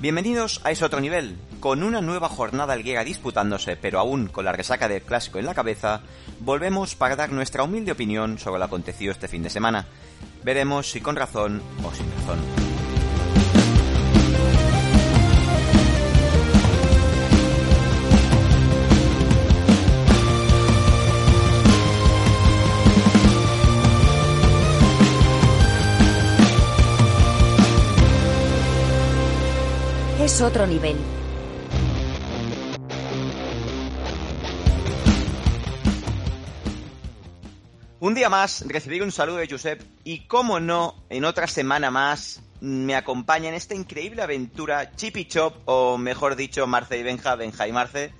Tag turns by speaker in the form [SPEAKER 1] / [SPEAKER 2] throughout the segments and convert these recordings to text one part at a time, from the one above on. [SPEAKER 1] Bienvenidos a Es Otro Nivel. Con una nueva jornada alguera disputándose, pero aún con la resaca del clásico en la cabeza, volvemos para dar nuestra humilde opinión sobre lo acontecido este fin de semana. Veremos si con razón o sin razón.
[SPEAKER 2] es otro nivel.
[SPEAKER 1] Un día más recibir un saludo de Josep y, como no, en otra semana más me acompaña en esta increíble aventura Chip y Chop, o mejor dicho, Marce y Benja, Benja y Marce.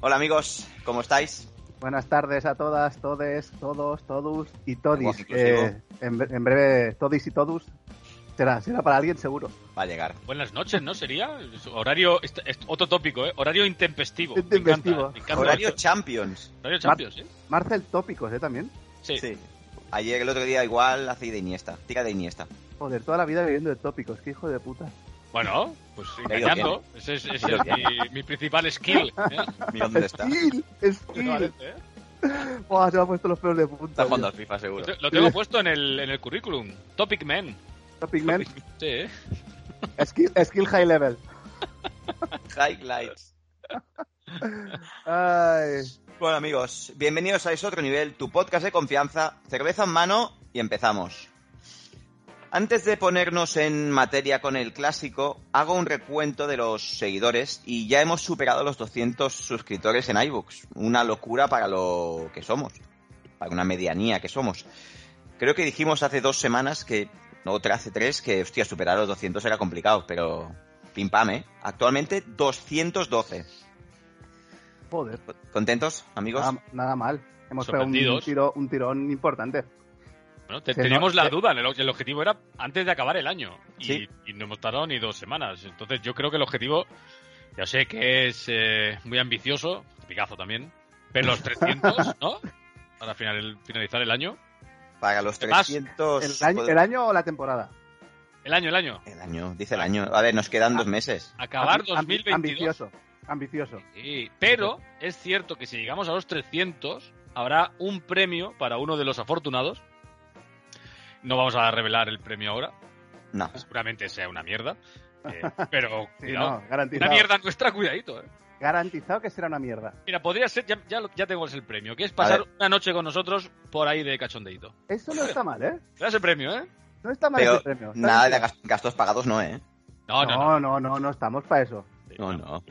[SPEAKER 1] Hola amigos, ¿cómo estáis?
[SPEAKER 3] Buenas tardes a todas, todes, todos, todos y todis.
[SPEAKER 1] Lenguaje
[SPEAKER 3] Eh, en, bre- en breve, todis y todos. Será, será para alguien seguro.
[SPEAKER 1] Va a llegar.
[SPEAKER 4] Buenas noches, ¿no? Sería horario, est- est- otro tópico, ¿eh? Horario intempestivo.
[SPEAKER 3] Intempestivo.
[SPEAKER 4] Me encanta, me encanta.
[SPEAKER 1] Horario Champions.
[SPEAKER 4] Horario Champions, ¿eh?
[SPEAKER 3] Marcel Tópicos, ¿eh? También.
[SPEAKER 4] Sí.
[SPEAKER 1] Sí. Ayer, el otro día, igual, hace de Iniesta. Tira de Iniesta.
[SPEAKER 3] Joder, toda la vida viviendo de tópicos, qué hijo de puta.
[SPEAKER 4] Bueno, pues
[SPEAKER 1] ha ido
[SPEAKER 4] engañando. Ese es, ese
[SPEAKER 1] Ha ido
[SPEAKER 4] es mi, mi principal skill. ¿eh?
[SPEAKER 1] Mira dónde está.
[SPEAKER 3] ¡Skill!
[SPEAKER 4] Me
[SPEAKER 3] ¡Skill!
[SPEAKER 4] parece, ¿eh?
[SPEAKER 3] Buah, se me han puesto los pelos de punta.
[SPEAKER 1] Está jugando
[SPEAKER 3] tío.
[SPEAKER 1] al FIFA, seguro.
[SPEAKER 4] Lo tengo puesto en el, en el currículum. Topic Man.
[SPEAKER 3] Topic Man,
[SPEAKER 4] Sí, ¿eh?
[SPEAKER 3] skill, skill high level.
[SPEAKER 1] Highlights.
[SPEAKER 3] Ay,
[SPEAKER 1] Bueno amigos, bienvenidos a Es Otro Nivel, tu podcast de confianza, cerveza en mano y empezamos. Antes de ponernos en materia con el clásico, hago un recuento de los seguidores y ya hemos superado los 200 suscriptores en iBooks. Una locura para lo que somos, para una medianía que somos. Creo que dijimos hace dos semanas que, no, otra hace tres, que hostia, superar los 200 era complicado, pero pim pam, ¿eh? Actualmente 212.
[SPEAKER 3] joder.
[SPEAKER 1] ¿Contentos, amigos?
[SPEAKER 3] Nada, nada mal. Hemos pegado un,
[SPEAKER 4] Sorprendidos.
[SPEAKER 3] tiro, un tirón importante.
[SPEAKER 4] Bueno, te-
[SPEAKER 3] Que no-
[SPEAKER 4] teníamos la
[SPEAKER 3] que-
[SPEAKER 4] duda. El, el objetivo era antes de acabar el año. Y,
[SPEAKER 1] Sí.
[SPEAKER 4] y no hemos tardado ni dos semanas. Entonces, yo creo que el objetivo, ya sé que es eh, muy ambicioso, Picazo también, pero los 300, ¿no? Para final- finalizar el año.
[SPEAKER 1] Para los
[SPEAKER 4] Además,
[SPEAKER 1] 300.
[SPEAKER 3] ¿El año, el año o la temporada?
[SPEAKER 4] El año, el año.
[SPEAKER 1] El año, dice el año. A ver, nos quedan
[SPEAKER 3] Ah.
[SPEAKER 1] dos meses.
[SPEAKER 4] Acabar
[SPEAKER 3] Ambi- ambi-
[SPEAKER 4] 2022.
[SPEAKER 3] Ambicioso, ambicioso.
[SPEAKER 4] Sí, pero es cierto que si llegamos a los 300, habrá un premio para uno de los afortunados. No vamos a revelar el premio ahora.
[SPEAKER 1] No.
[SPEAKER 3] Pues,
[SPEAKER 4] Seguramente sea una mierda. eh, pero
[SPEAKER 3] Sí,
[SPEAKER 4] cuidado.
[SPEAKER 3] no,
[SPEAKER 4] Una
[SPEAKER 3] garantizado.
[SPEAKER 4] mierda nuestra, cuidadito. eh.
[SPEAKER 3] Garantizado que será una mierda.
[SPEAKER 4] Mira, podría ser, ya, ya, lo- ya tenemos el premio, que es pasar
[SPEAKER 1] ver.
[SPEAKER 4] una noche con nosotros por ahí de cachondeito.
[SPEAKER 3] Eso no está mal, ¿eh?
[SPEAKER 4] ¿Te das el premio, eh?
[SPEAKER 3] No está mal
[SPEAKER 1] Pero
[SPEAKER 3] ese premio. está
[SPEAKER 1] Nada de
[SPEAKER 3] bien.
[SPEAKER 1] gas- gastos pagados, no, ¿eh?
[SPEAKER 4] No, no, no.
[SPEAKER 3] no, no, no, no estamos para eso.
[SPEAKER 4] Sí,
[SPEAKER 1] No, no.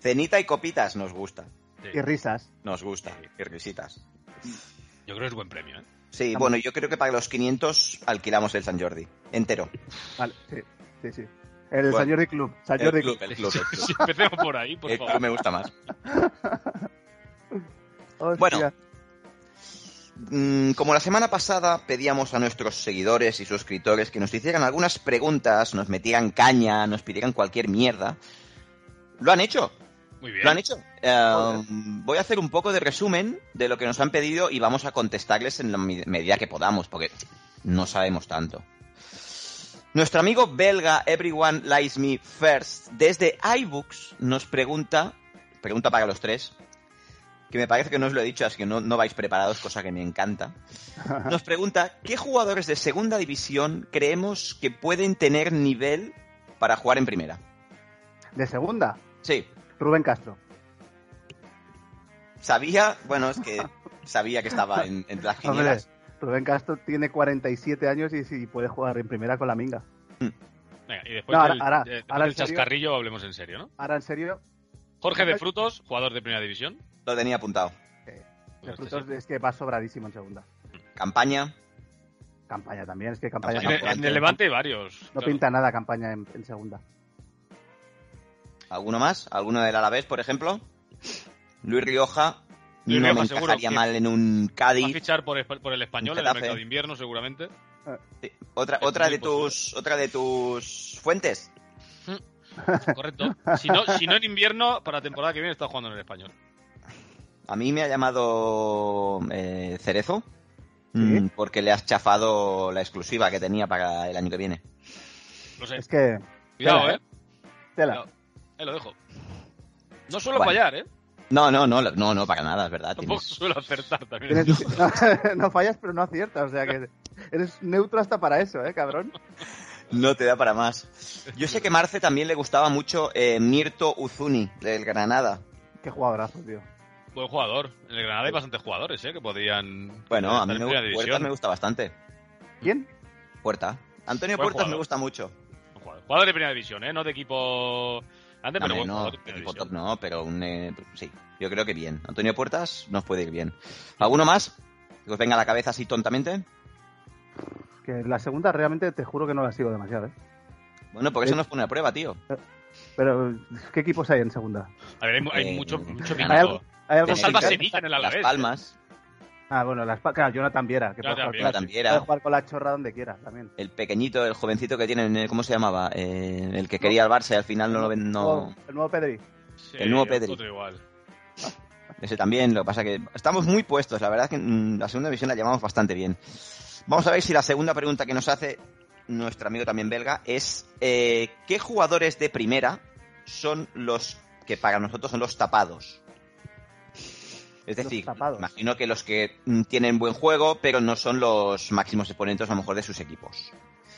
[SPEAKER 1] Cenita y copitas nos gusta.
[SPEAKER 4] sí.
[SPEAKER 3] Y risas.
[SPEAKER 1] Nos gusta. Y risitas.
[SPEAKER 4] Yo creo que es buen premio, eh.
[SPEAKER 1] Sí,
[SPEAKER 3] Vamos.
[SPEAKER 1] bueno, yo creo que para los 500 alquilamos el San Jordi. Entero.
[SPEAKER 3] Vale, sí, sí, sí. El
[SPEAKER 1] Bueno,
[SPEAKER 3] San Jordi Club. San
[SPEAKER 1] El
[SPEAKER 3] Jordi
[SPEAKER 1] club, el club, el club.
[SPEAKER 4] Si empecemos por ahí, por
[SPEAKER 1] El club
[SPEAKER 4] favor.
[SPEAKER 1] me gusta más.
[SPEAKER 3] Hostia.
[SPEAKER 1] Bueno. Mm, Como la semana pasada pedíamos a nuestros seguidores y suscriptores que nos hicieran algunas preguntas, nos metieran caña, nos pidieran cualquier mierda, lo han hecho.
[SPEAKER 4] Muy bien.
[SPEAKER 1] Lo han hecho. Eh, voy a hacer un poco de resumen de lo que nos han pedido y vamos a contestarles en la mi- medida que podamos, porque no sabemos tanto. Nuestro amigo belga Everyone Lies Me First, desde iBooks, nos pregunta, pregunta para los tres, que me parece que no os lo he dicho, así que no, no vais preparados, cosa que me encanta. Nos pregunta, ¿qué jugadores de segunda división creemos que pueden tener nivel para jugar en primera?
[SPEAKER 3] De segunda,
[SPEAKER 1] Sí,
[SPEAKER 3] Rubén Castro.
[SPEAKER 1] Sabía, bueno, es que sabía que estaba en, en las
[SPEAKER 3] Hombre,
[SPEAKER 1] quinielas.
[SPEAKER 3] Rubén Castro tiene 47 años y si puede jugar en primera con la minga.
[SPEAKER 4] Venga, y después
[SPEAKER 3] No, ahora-
[SPEAKER 4] del,
[SPEAKER 3] ahora-
[SPEAKER 4] eh, después
[SPEAKER 3] ahora en
[SPEAKER 4] del
[SPEAKER 3] serio.
[SPEAKER 4] chascarrillo hablemos en serio, ¿no?
[SPEAKER 3] Ahora, en serio,
[SPEAKER 4] Jorge de Frutos, jugador de primera división.
[SPEAKER 1] Lo tenía apuntado.
[SPEAKER 3] de
[SPEAKER 4] Pues este
[SPEAKER 3] frutos es que va sobradísimo en segunda.
[SPEAKER 1] Campaña,
[SPEAKER 3] Campaña también, es que campaña.
[SPEAKER 4] sí. En,
[SPEAKER 1] Campaña.
[SPEAKER 3] tampoco-
[SPEAKER 4] el- en el Levante hay varios.
[SPEAKER 3] No
[SPEAKER 4] claro.
[SPEAKER 3] pinta nada campaña en, en segunda.
[SPEAKER 1] ¿alguno más? ¿Alguno del Alavés, por ejemplo? Luis Rioja.
[SPEAKER 4] Luis
[SPEAKER 1] no
[SPEAKER 4] Rioja,
[SPEAKER 1] me
[SPEAKER 4] seguro,
[SPEAKER 1] encajaría
[SPEAKER 4] que-
[SPEAKER 1] mal en un
[SPEAKER 4] Va a
[SPEAKER 1] Cádiz.
[SPEAKER 4] fichar por, espa- por el español en el
[SPEAKER 1] Getafe.
[SPEAKER 4] mercado de invierno, seguramente.
[SPEAKER 1] Sí. Otra,
[SPEAKER 4] Es
[SPEAKER 1] otra
[SPEAKER 4] muy
[SPEAKER 1] de tus, otra de tus fuentes.
[SPEAKER 4] Correcto. Si no, si no en invierno, para la temporada que viene está jugando en el español.
[SPEAKER 1] A mí me ha llamado eh, Cerezo
[SPEAKER 3] Sí.
[SPEAKER 1] mm, porque le has chafado la exclusiva que tenía para el año que viene.
[SPEAKER 4] Lo sé.
[SPEAKER 3] Es que
[SPEAKER 4] Cuidado,
[SPEAKER 3] claro,
[SPEAKER 4] ¿eh?
[SPEAKER 3] Tela.
[SPEAKER 4] No, ahí lo dejo. No suelo
[SPEAKER 1] Vale.
[SPEAKER 4] fallar, ¿eh?
[SPEAKER 1] No, no, no, no, no, para nada, es verdad.
[SPEAKER 4] Tampoco
[SPEAKER 1] Tienes...
[SPEAKER 4] suelo acertar también.
[SPEAKER 3] Tienes- no, fallas, pero no aciertas. O sea que eres neutro hasta para eso, ¿eh, cabrón?
[SPEAKER 1] No te da para más. Yo sé que Marce también le gustaba mucho eh, Mirto Uzuni, del Granada.
[SPEAKER 3] Qué jugadorazo, tío.
[SPEAKER 4] Buen jugador. En el Granada hay bastantes jugadores, ¿eh? Que podían.
[SPEAKER 1] Pues. Bueno,
[SPEAKER 4] podían
[SPEAKER 1] a mí
[SPEAKER 4] estar
[SPEAKER 1] me, gu-
[SPEAKER 4] en primera
[SPEAKER 1] Puertas
[SPEAKER 4] división.
[SPEAKER 1] me gusta bastante.
[SPEAKER 3] ¿Quién?
[SPEAKER 1] Puerta. Antonio
[SPEAKER 4] Buen
[SPEAKER 1] Puertas me
[SPEAKER 4] jugador.
[SPEAKER 1] gusta mucho.
[SPEAKER 4] Un Jugador jugador de primera división, ¿eh? No de equipo. Antes, pero
[SPEAKER 1] Hombre,
[SPEAKER 4] buen
[SPEAKER 1] no,
[SPEAKER 4] jugador de primera
[SPEAKER 1] equipo
[SPEAKER 4] división.
[SPEAKER 1] top no, pero un, eh, sí, yo creo que bien. Antonio Puertas nos puede ir bien. ¿Alguno más? Que os venga a la cabeza así tontamente.
[SPEAKER 3] Que la segunda realmente te juro que no la sigo demasiado, ¿eh?
[SPEAKER 1] Bueno, porque eso nos pone a prueba, tío.
[SPEAKER 3] Pero, ¿qué equipos hay en segunda?
[SPEAKER 4] A ver, hay, mu- hay
[SPEAKER 1] Eh,
[SPEAKER 4] mucho,
[SPEAKER 1] ¿hay
[SPEAKER 4] mucho pico.
[SPEAKER 3] ¿Hay algo, hay algo
[SPEAKER 1] Tiene
[SPEAKER 4] Te
[SPEAKER 3] que
[SPEAKER 4] salva
[SPEAKER 1] que-
[SPEAKER 3] picar?
[SPEAKER 4] Sevilla en el
[SPEAKER 1] Las
[SPEAKER 4] Alavés.
[SPEAKER 1] Palmas,
[SPEAKER 3] Ah, bueno, las pa- claro, Jonathan Viera, que puede
[SPEAKER 4] Jonathan
[SPEAKER 3] jugar,
[SPEAKER 4] Viera,
[SPEAKER 3] con la-
[SPEAKER 1] Jonathan
[SPEAKER 3] puede
[SPEAKER 1] Viera,
[SPEAKER 3] jugar con la chorra donde quiera también.
[SPEAKER 1] el pequeñito, el jovencito que tienen, eh, ¿cómo se llamaba? Eh, el que quería el Barça y al final no lo ven, no.
[SPEAKER 3] El nuevo Pedri.
[SPEAKER 4] Sí,
[SPEAKER 1] el nuevo Pedri.
[SPEAKER 4] otro igual.
[SPEAKER 1] Ese también, lo que pasa que estamos muy puestos, la verdad es que mm, la segunda división la llevamos bastante bien. Vamos a ver si la segunda pregunta que nos hace nuestro amigo también belga es eh, ¿qué jugadores de primera son los que para nosotros son los tapados? Es
[SPEAKER 3] Los
[SPEAKER 1] decir,
[SPEAKER 3] tapados.
[SPEAKER 1] imagino que los que mm, tienen buen juego, pero no son los máximos exponentes a lo mejor de sus equipos.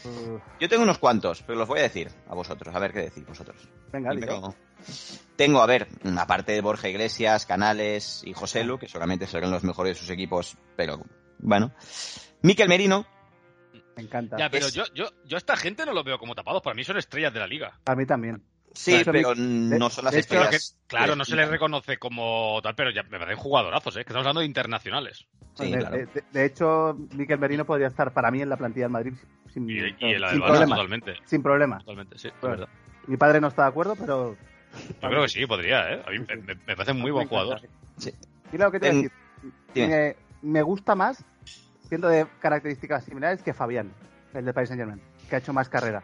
[SPEAKER 3] Uh,
[SPEAKER 1] Yo tengo unos cuantos, pero los voy a decir a vosotros, a ver qué decís vosotros.
[SPEAKER 3] venga,
[SPEAKER 1] Dime
[SPEAKER 3] digo.
[SPEAKER 1] cómo. Tengo, a ver, aparte de Borja Iglesias, Canales y José Lu, que seguramente serán los mejores de sus equipos, pero bueno. Miquel Merino,
[SPEAKER 3] Me encanta.
[SPEAKER 4] Ya, pero
[SPEAKER 1] Es-
[SPEAKER 4] yo, yo, yo a esta gente no los veo como tapados. Para mí son estrellas de la liga.
[SPEAKER 3] A mí también.
[SPEAKER 1] sí,
[SPEAKER 3] Eso,
[SPEAKER 1] pero no son las
[SPEAKER 3] de hecho,
[SPEAKER 4] Claro,
[SPEAKER 1] estrellas.
[SPEAKER 4] que, claro,
[SPEAKER 1] que
[SPEAKER 4] no se les
[SPEAKER 1] pintan.
[SPEAKER 4] reconoce como tal, pero ya me parecen jugadorazos, ¿eh? Que estamos hablando de internacionales.
[SPEAKER 1] Sí,
[SPEAKER 3] de,
[SPEAKER 1] claro.
[SPEAKER 3] de- Eh, de- de hecho, Miquel Merino podría estar para mí en la plantilla del Madrid sin,
[SPEAKER 1] Mm.
[SPEAKER 4] Y,
[SPEAKER 3] sin,
[SPEAKER 4] y el
[SPEAKER 3] sin
[SPEAKER 4] Albano,
[SPEAKER 3] problema.
[SPEAKER 4] totalmente.
[SPEAKER 3] Sin problema.
[SPEAKER 4] Totalmente, sí, es
[SPEAKER 1] Pues,
[SPEAKER 3] Claro.
[SPEAKER 4] verdad.
[SPEAKER 3] Mi padre no está de acuerdo, pero.
[SPEAKER 4] Yo creo que sí, podría, ¿eh? A mí me, me- me parece muy buen jugador.
[SPEAKER 1] Sí.
[SPEAKER 3] Mira lo que te voy a
[SPEAKER 1] En-
[SPEAKER 3] decir.
[SPEAKER 1] Dime.
[SPEAKER 3] Me, me gusta más, siendo de características similares, que Fabián, el de Paris Saint Germain, que ha hecho más carrera.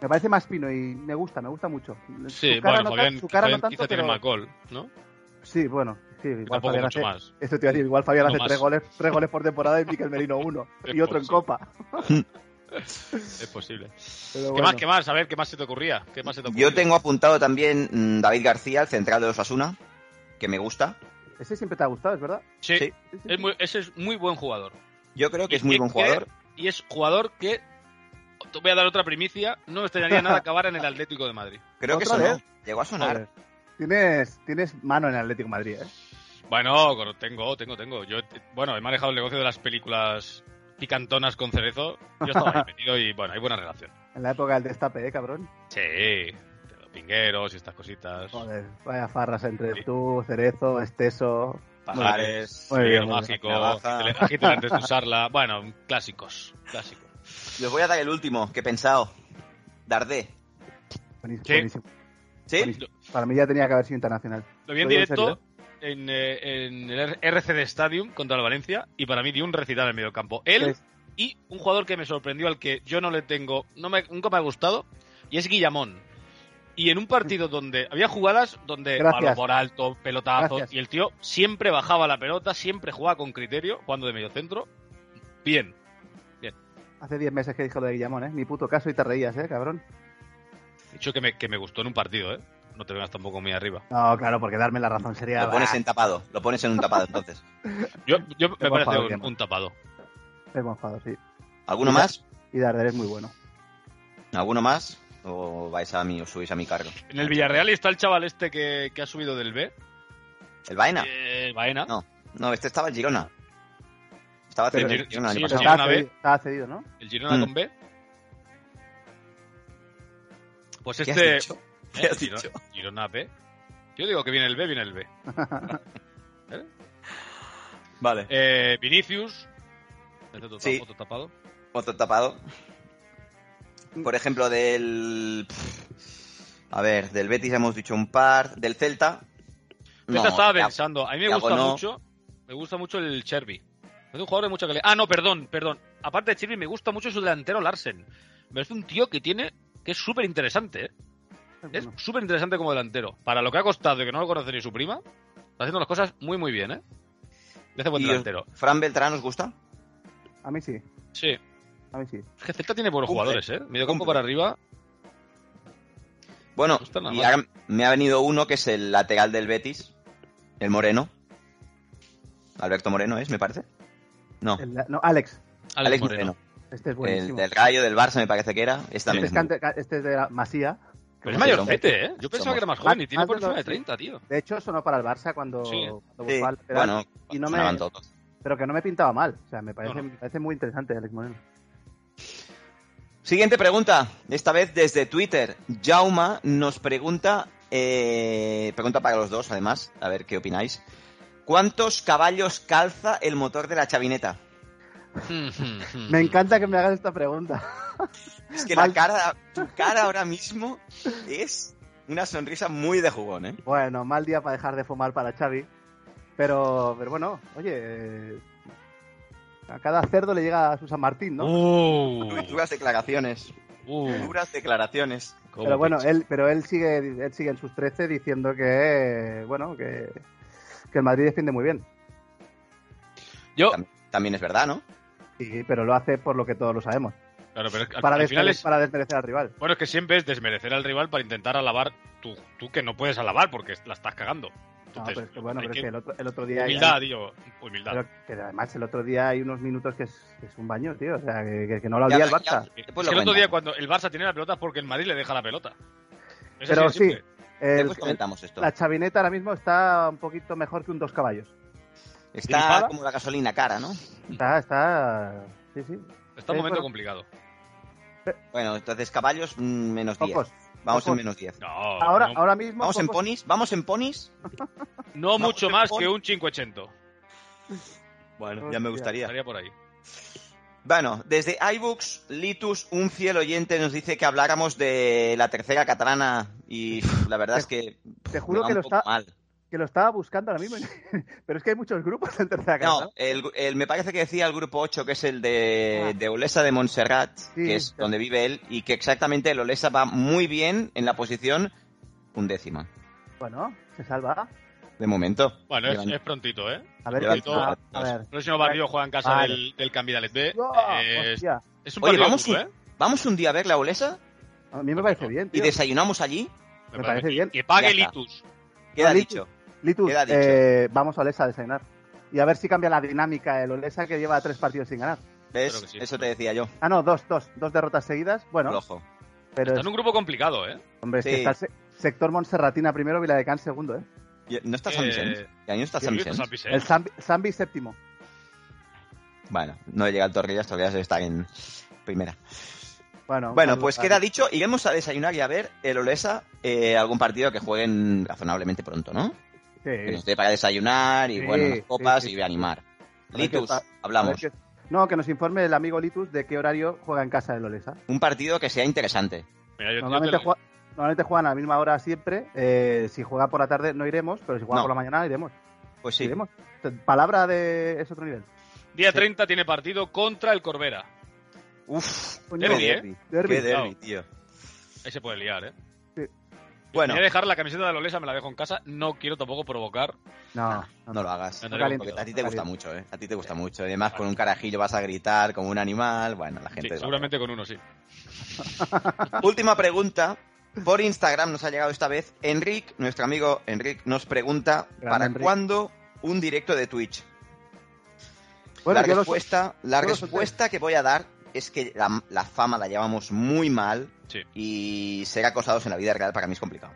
[SPEAKER 3] Me parece más fino y me gusta, me gusta mucho.
[SPEAKER 4] Sí,
[SPEAKER 3] Su cara
[SPEAKER 4] bueno,
[SPEAKER 3] no tan-
[SPEAKER 4] Fabián,
[SPEAKER 3] su cara no
[SPEAKER 4] Fabián
[SPEAKER 3] tanto,
[SPEAKER 4] quizá tiene
[SPEAKER 3] pero-
[SPEAKER 4] más gol, ¿no?
[SPEAKER 3] Sí, bueno, sí,
[SPEAKER 4] Y
[SPEAKER 3] igual
[SPEAKER 4] Tampoco
[SPEAKER 3] Fabián
[SPEAKER 4] mucho
[SPEAKER 3] hace,
[SPEAKER 4] más.
[SPEAKER 3] Esto te iba a decir, igual Fabián
[SPEAKER 4] No
[SPEAKER 3] hace
[SPEAKER 4] más.
[SPEAKER 3] tres goles, tres goles por temporada y Miquel Merino uno y otro en
[SPEAKER 4] Pues sí.
[SPEAKER 3] Copa.
[SPEAKER 4] Es posible.
[SPEAKER 3] Pero
[SPEAKER 4] ¿Qué
[SPEAKER 3] bueno.
[SPEAKER 4] más, qué más? A ver, ¿qué más se te ocurría? ¿Qué más se te ocurría?
[SPEAKER 1] Yo tengo apuntado también mm, David García, el central de Osasuna, que me gusta.
[SPEAKER 3] Ese siempre te ha gustado, ¿es verdad?
[SPEAKER 4] Sí,
[SPEAKER 1] sí.
[SPEAKER 4] Es muy, ese es muy buen jugador.
[SPEAKER 1] Yo creo que
[SPEAKER 4] ¿Y
[SPEAKER 1] es muy
[SPEAKER 4] qué-
[SPEAKER 1] buen
[SPEAKER 4] qué?
[SPEAKER 1] jugador.
[SPEAKER 4] Y es jugador que, te voy a dar otra primicia, no me extrañaría nada acabar en el Atlético de Madrid.
[SPEAKER 1] Creo que
[SPEAKER 3] ¿Otra
[SPEAKER 1] sonó.
[SPEAKER 3] vez?
[SPEAKER 1] Llegó a sonar.
[SPEAKER 3] Joder. Tienes, tienes mano en el Atlético de Madrid, ¿eh?
[SPEAKER 4] Bueno, con- tengo, tengo, tengo. Yo, eh, bueno, he manejado el negocio de las películas picantonas con cerezo. Yo estaba ahí metido y, bueno, hay buena relación.
[SPEAKER 3] En la época del destape, ¿eh, cabrón?
[SPEAKER 4] Sí, pingueros y estas cositas.
[SPEAKER 3] Joder, vaya farras entre
[SPEAKER 4] Sí.
[SPEAKER 3] tú, Cerezo, Esteso.
[SPEAKER 1] Pajares.
[SPEAKER 3] Muy bien,
[SPEAKER 4] Pinguero
[SPEAKER 3] muy bien.
[SPEAKER 4] mágico,
[SPEAKER 1] Navaja.
[SPEAKER 4] agitele- agiteletes de usarla. Bueno, clásicos, clásicos.
[SPEAKER 1] Les voy a dar el último que he pensado. Dardé.
[SPEAKER 3] Buenísimo,
[SPEAKER 4] Sí. ¿Eh?
[SPEAKER 3] buenísimo.
[SPEAKER 1] ¿Sí?
[SPEAKER 3] Buenísimo. Para mí ya tenía que haber sido internacional.
[SPEAKER 4] Lo vi en
[SPEAKER 3] Lo digo en
[SPEAKER 4] directo en, eh, en el R- RCD Stadium contra el Valencia y para mí dio un recital en medio campo. Él
[SPEAKER 3] Es-
[SPEAKER 4] y un jugador que me sorprendió al que yo no le tengo, no me, nunca me ha gustado, y es Guillamón. Y en un partido donde había jugadas donde
[SPEAKER 3] Gracias.
[SPEAKER 4] palo por alto, pelotazo,
[SPEAKER 3] Gracias.
[SPEAKER 4] y el tío siempre bajaba la pelota, siempre jugaba con criterio, jugando de medio centro. Bien.
[SPEAKER 3] Hace 10 meses que dije lo de Guillamón, ¿eh? Ni puto caso y te reías, ¿eh, cabrón?
[SPEAKER 4] Dicho que me, que me gustó en un partido, ¿eh? No te vengas tampoco muy arriba.
[SPEAKER 3] No, claro, porque darme la razón sería...
[SPEAKER 1] Lo pones
[SPEAKER 3] bah,
[SPEAKER 1] en tapado. Lo pones en un tapado, entonces.
[SPEAKER 4] Yo, yo me
[SPEAKER 3] buen
[SPEAKER 4] parece
[SPEAKER 3] jugador,
[SPEAKER 4] un,
[SPEAKER 3] Guillamón.
[SPEAKER 4] un tapado.
[SPEAKER 3] Es buen jugador, sí.
[SPEAKER 1] ¿Alguno
[SPEAKER 3] Mira.
[SPEAKER 1] más?
[SPEAKER 3] Y Darder es muy bueno.
[SPEAKER 1] ¿Alguno más? ¿O vais a mí, o subís a mi cargo?
[SPEAKER 4] En el Villarreal está el chaval este que, que ha subido del B,
[SPEAKER 1] ¿El Baena?
[SPEAKER 4] eh, Baena.
[SPEAKER 1] No. No, este estaba el Girona. Estaba
[SPEAKER 3] Pero-
[SPEAKER 1] cerca del Girona el
[SPEAKER 4] sí,
[SPEAKER 1] año
[SPEAKER 4] el
[SPEAKER 1] pasado.
[SPEAKER 4] Girona.
[SPEAKER 3] estaba,
[SPEAKER 4] B.
[SPEAKER 3] cedido, estaba cedido, ¿no?
[SPEAKER 4] El Girona
[SPEAKER 1] Mm.
[SPEAKER 4] con B. Pues
[SPEAKER 1] ¿Qué
[SPEAKER 4] este.
[SPEAKER 1] has dicho? ¿Qué
[SPEAKER 4] ¿Eh?
[SPEAKER 1] has
[SPEAKER 4] Giro-
[SPEAKER 1] dicho?
[SPEAKER 4] Girona B. Yo digo que viene el B, viene el B.
[SPEAKER 1] Vale.
[SPEAKER 4] Eh, Vinicius. Este otro,
[SPEAKER 1] Sí.
[SPEAKER 4] otro tapado.
[SPEAKER 1] Otro tapado. Por ejemplo, del... pff, A ver, del Betis hemos dicho un par. Del Celta...
[SPEAKER 4] Yo
[SPEAKER 1] no,
[SPEAKER 4] estaba
[SPEAKER 1] ya-
[SPEAKER 4] pensando. A mí me
[SPEAKER 1] Thiago
[SPEAKER 4] gusta
[SPEAKER 1] no.
[SPEAKER 4] mucho. Me gusta mucho el Cherby. Es un jugador de mucha calidad. Ah, no, perdón, perdón. Aparte de Cherby, me gusta mucho su delantero Larsen. Me parece un tío que tiene. que es súper interesante. ¿eh?
[SPEAKER 3] Es
[SPEAKER 4] Es
[SPEAKER 3] bueno.
[SPEAKER 4] súper interesante como delantero. Para lo que ha costado y que no lo conoce ni su prima, está haciendo las cosas muy, muy bien, ¿eh? Le hace buen
[SPEAKER 1] Y-
[SPEAKER 4] delantero.
[SPEAKER 1] ¿Fran Beltrán os gusta?
[SPEAKER 3] A mí sí,
[SPEAKER 4] Sí.
[SPEAKER 3] a mí sí.
[SPEAKER 4] Es que Celta tiene buenos
[SPEAKER 1] Cumple.
[SPEAKER 4] jugadores, ¿eh? Medio campo
[SPEAKER 1] Cumple.
[SPEAKER 4] para arriba.
[SPEAKER 1] Bueno,
[SPEAKER 4] gusta nada
[SPEAKER 1] y
[SPEAKER 4] más.
[SPEAKER 1] ahora me ha venido uno que es el lateral del Betis, el Moreno. Alberto Moreno es, me parece. No,
[SPEAKER 3] El- no, Alex,
[SPEAKER 1] Alex,
[SPEAKER 4] Alex
[SPEAKER 1] Moreno.
[SPEAKER 4] Moreno.
[SPEAKER 3] este
[SPEAKER 1] El
[SPEAKER 3] es buenísimo.
[SPEAKER 1] del Rayo, del Barça, me parece que era. Este también
[SPEAKER 3] este, es
[SPEAKER 1] es muy-
[SPEAKER 3] cante- ca- este es de la Masía.
[SPEAKER 4] Pero es
[SPEAKER 1] Sí,
[SPEAKER 4] mayorcete, ¿eh?
[SPEAKER 1] somos-
[SPEAKER 4] Yo pensaba
[SPEAKER 1] somos-
[SPEAKER 4] que era más joven y
[SPEAKER 3] más-
[SPEAKER 4] tiene
[SPEAKER 3] más
[SPEAKER 4] por
[SPEAKER 3] de
[SPEAKER 4] encima de
[SPEAKER 3] los-
[SPEAKER 4] 30, tío.
[SPEAKER 3] De hecho, sonó para el Barça cuando,
[SPEAKER 4] Sí.
[SPEAKER 3] cuando
[SPEAKER 1] Sí,
[SPEAKER 3] buscaba lateral,
[SPEAKER 1] bueno,
[SPEAKER 3] y no me-
[SPEAKER 1] sonaban todos.
[SPEAKER 3] pero que no me pintaba mal. O sea, me parece,
[SPEAKER 4] No, no.
[SPEAKER 3] me parece muy interesante Alex Moreno.
[SPEAKER 1] Siguiente pregunta, esta vez desde Twitter. Jauma nos pregunta, eh, pregunta para los dos además, a ver qué opináis. ¿Cuántos caballos calza el motor de la chavineta? Mm.
[SPEAKER 3] Me encanta que me hagas esta pregunta.
[SPEAKER 1] Es que
[SPEAKER 3] Mal-
[SPEAKER 1] la cara, tu cara ahora mismo es una sonrisa muy de jugón, ¿eh?
[SPEAKER 3] Bueno, mal día para dejar de fumar para Xavi. Pero, pero bueno, oye, eh, a cada cerdo le llega a San Martín, ¿no?
[SPEAKER 4] Uh,
[SPEAKER 1] Duras declaraciones,
[SPEAKER 4] uh,
[SPEAKER 1] duras declaraciones.
[SPEAKER 4] cómo
[SPEAKER 3] pero bueno,
[SPEAKER 4] pincha.
[SPEAKER 3] él, pero él sigue, él sigue en sus 13 diciendo que, bueno, que, que el Madrid defiende muy bien.
[SPEAKER 4] Yo,
[SPEAKER 1] También, también es verdad, ¿no?
[SPEAKER 3] Sí, pero lo hace por lo que todos lo sabemos.
[SPEAKER 4] claro, pero al,
[SPEAKER 3] Para,
[SPEAKER 4] al final
[SPEAKER 3] desmere-
[SPEAKER 4] es,
[SPEAKER 3] para desmerecer al rival.
[SPEAKER 4] Bueno, es que siempre es desmerecer al rival para intentar alabar tú, tú que no puedes alabar porque la estás cagando.
[SPEAKER 3] No,
[SPEAKER 4] Entonces,
[SPEAKER 3] Ah, pero es que, bueno,
[SPEAKER 4] hay
[SPEAKER 3] pero es
[SPEAKER 4] que-
[SPEAKER 3] que el otro, el otro día...
[SPEAKER 4] humildad, tío. Humildad.
[SPEAKER 3] Pero que además el otro día hay unos minutos que es, que es un baño, tío. O sea, que, que- que no lo
[SPEAKER 1] Ya,
[SPEAKER 3] olvida el
[SPEAKER 1] ya,
[SPEAKER 3] Barça.
[SPEAKER 1] después
[SPEAKER 4] Es
[SPEAKER 1] lo
[SPEAKER 4] que el otro
[SPEAKER 1] comentamos.
[SPEAKER 4] día cuando el Barça tiene la pelota es porque el Madrid le deja la pelota. Es así
[SPEAKER 3] Pero
[SPEAKER 4] de
[SPEAKER 3] sí,
[SPEAKER 4] simple.
[SPEAKER 3] El-
[SPEAKER 1] Después
[SPEAKER 3] el-
[SPEAKER 1] comentamos esto.
[SPEAKER 3] la chavineta ahora mismo está un poquito mejor que un dos caballos.
[SPEAKER 1] Está
[SPEAKER 4] ¿Gripada?
[SPEAKER 1] como la gasolina cara, ¿no?
[SPEAKER 3] Está, está... Sí, sí.
[SPEAKER 1] Eh,
[SPEAKER 4] Está un
[SPEAKER 3] es
[SPEAKER 4] momento
[SPEAKER 3] bueno.
[SPEAKER 4] complicado.
[SPEAKER 1] Bueno, entonces caballos, mm, menos 10.
[SPEAKER 3] Pocos.
[SPEAKER 1] Vamos en
[SPEAKER 3] pocos.
[SPEAKER 1] menos 10.
[SPEAKER 4] No,
[SPEAKER 3] Ahora,
[SPEAKER 4] no,
[SPEAKER 3] ahora mismo...
[SPEAKER 1] Vamos en
[SPEAKER 3] pocos-
[SPEAKER 1] ponis, vamos en ponis.
[SPEAKER 4] no mucho
[SPEAKER 1] en
[SPEAKER 4] más
[SPEAKER 1] pon-
[SPEAKER 4] que un 580.
[SPEAKER 1] Bueno,
[SPEAKER 3] Hostia.
[SPEAKER 1] ya me gustaría.
[SPEAKER 4] Estaría por ahí.
[SPEAKER 1] Bueno, desde iBooks, Litus, un fiel oyente nos dice que habláramos de la tercera catalana y pff, la verdad es que
[SPEAKER 3] Te
[SPEAKER 1] me
[SPEAKER 3] juro
[SPEAKER 1] va
[SPEAKER 3] que
[SPEAKER 1] un
[SPEAKER 3] lo,
[SPEAKER 1] poco
[SPEAKER 3] está,
[SPEAKER 1] mal.
[SPEAKER 3] que lo estaba buscando ahora mismo. pero es que hay muchos grupos en tercera casa.
[SPEAKER 1] No, el, el- me parece que decía el grupo 8, que es el de,
[SPEAKER 3] Ah.
[SPEAKER 1] de Olesa de Montserrat, que es
[SPEAKER 3] sí.
[SPEAKER 1] donde vive él, y que exactamente el Olesa va muy bien en la posición undécima.
[SPEAKER 3] Bueno, se salva.
[SPEAKER 1] De momento.
[SPEAKER 4] Bueno, es,
[SPEAKER 1] Llevan-
[SPEAKER 4] es prontito, ¿eh?
[SPEAKER 3] A ver,
[SPEAKER 1] Llevan
[SPEAKER 3] qué-
[SPEAKER 4] todo.
[SPEAKER 3] a, a ver.
[SPEAKER 4] Próximo partido juega en casa
[SPEAKER 3] Vale.
[SPEAKER 4] del, del Canvidalet B.
[SPEAKER 3] ¡Uah!
[SPEAKER 4] Eh, es,
[SPEAKER 3] Hostia.
[SPEAKER 4] es un
[SPEAKER 1] Oye,
[SPEAKER 4] partido
[SPEAKER 1] vamos
[SPEAKER 4] duro, ¿eh?
[SPEAKER 1] Vamos un día a ver la Olesa
[SPEAKER 3] A mí me parece bien,
[SPEAKER 1] y
[SPEAKER 3] tío.
[SPEAKER 1] desayunamos allí.
[SPEAKER 3] me parece bien.
[SPEAKER 4] Que pague
[SPEAKER 1] Ya está.
[SPEAKER 4] Litus.
[SPEAKER 1] Queda
[SPEAKER 3] Litus.
[SPEAKER 1] dicho.
[SPEAKER 3] Litus,
[SPEAKER 1] Queda dicho.
[SPEAKER 3] eh, vamos a Olesa a desayunar. Y a ver si cambia la dinámica el Olesa que lleva tres partidos sin ganar.
[SPEAKER 1] ¿Ves?
[SPEAKER 4] Claro que sí.
[SPEAKER 1] Eso te decía yo.
[SPEAKER 3] Ah, no, dos, dos. Dos derrotas seguidas. Bueno,
[SPEAKER 1] flojo.
[SPEAKER 3] pero
[SPEAKER 4] Está
[SPEAKER 3] es-
[SPEAKER 4] en un grupo complicado, ¿eh?
[SPEAKER 3] hombre, es que
[SPEAKER 1] sí.
[SPEAKER 3] está el se- sector Monserratina primero, Viladecán segundo, ¿eh?
[SPEAKER 1] Y- ¿No está San
[SPEAKER 4] Eh,
[SPEAKER 1] Vicente? ¿Y ahí no está
[SPEAKER 4] Sí,
[SPEAKER 1] San Vicente?
[SPEAKER 4] San Vicent.
[SPEAKER 3] El Zambi, Zambi séptimo.
[SPEAKER 1] Bueno, no llega al Torrillas, Torrillas está en primera.
[SPEAKER 3] Bueno, un
[SPEAKER 1] Bueno,
[SPEAKER 3] saludo
[SPEAKER 1] pues
[SPEAKER 3] a-
[SPEAKER 1] queda dicho, iremos a desayunar y a ver el Olesa, eh, algún partido que jueguen razonablemente pronto, ¿no? Que nos
[SPEAKER 3] Sí.
[SPEAKER 1] dé para desayunar y
[SPEAKER 3] Sí,
[SPEAKER 1] bueno, unas
[SPEAKER 3] sí,
[SPEAKER 1] copas
[SPEAKER 3] sí,
[SPEAKER 1] y animar.
[SPEAKER 3] ver qué
[SPEAKER 1] Litus,
[SPEAKER 3] pa- A ver
[SPEAKER 1] hablamos.
[SPEAKER 3] que- No, que nos informe el amigo Litus de qué horario juega en casa el Olesa.
[SPEAKER 1] Un partido que sea interesante.
[SPEAKER 4] Mira, yo- yo
[SPEAKER 3] Normalmente,
[SPEAKER 4] te-
[SPEAKER 3] juega- normalmente juegan a la misma hora siempre. eh, si juega por la tarde no iremos, pero si juega
[SPEAKER 1] No.
[SPEAKER 3] por la mañana iremos.
[SPEAKER 1] Pues sí,
[SPEAKER 3] Iremos. Palabra de es otro nivel.
[SPEAKER 4] Día
[SPEAKER 3] Sí.
[SPEAKER 4] 30 tiene partido contra el Corbera.
[SPEAKER 1] uff, qué
[SPEAKER 4] Derbi, ¿eh?
[SPEAKER 1] derbi,
[SPEAKER 3] Derbi.
[SPEAKER 1] qué derbi, tío.
[SPEAKER 4] Ahí se puede liar, ¿eh?
[SPEAKER 1] Bueno,
[SPEAKER 4] Voy a dejar la camiseta de Lolesa, me la dejo en casa. No quiero tampoco provocar.
[SPEAKER 3] No, no,
[SPEAKER 1] Ah, no lo hagas.
[SPEAKER 4] No, no,
[SPEAKER 1] Porque
[SPEAKER 4] caliente.
[SPEAKER 1] a ti te gusta
[SPEAKER 3] Caliente.
[SPEAKER 1] mucho, ¿eh? A ti te gusta mucho. Y además, con un carajillo vas a gritar como un animal. Bueno, la
[SPEAKER 4] Sí,
[SPEAKER 1] gente... lo-
[SPEAKER 4] seguramente con uno sí.
[SPEAKER 1] Última pregunta. Por Instagram nos ha llegado esta vez. Enric, nuestro amigo Enric, nos pregunta
[SPEAKER 3] Grande
[SPEAKER 1] ¿para
[SPEAKER 3] Enric.
[SPEAKER 1] cuándo un directo de Twitch?
[SPEAKER 3] Bueno,
[SPEAKER 1] la
[SPEAKER 3] yo lo-
[SPEAKER 1] respuesta, la
[SPEAKER 3] yo lo
[SPEAKER 1] respuesta que voy a dar es que la, la fama la llevamos muy mal
[SPEAKER 4] Sí.
[SPEAKER 1] y ser acosados en la vida real para mí es complicado.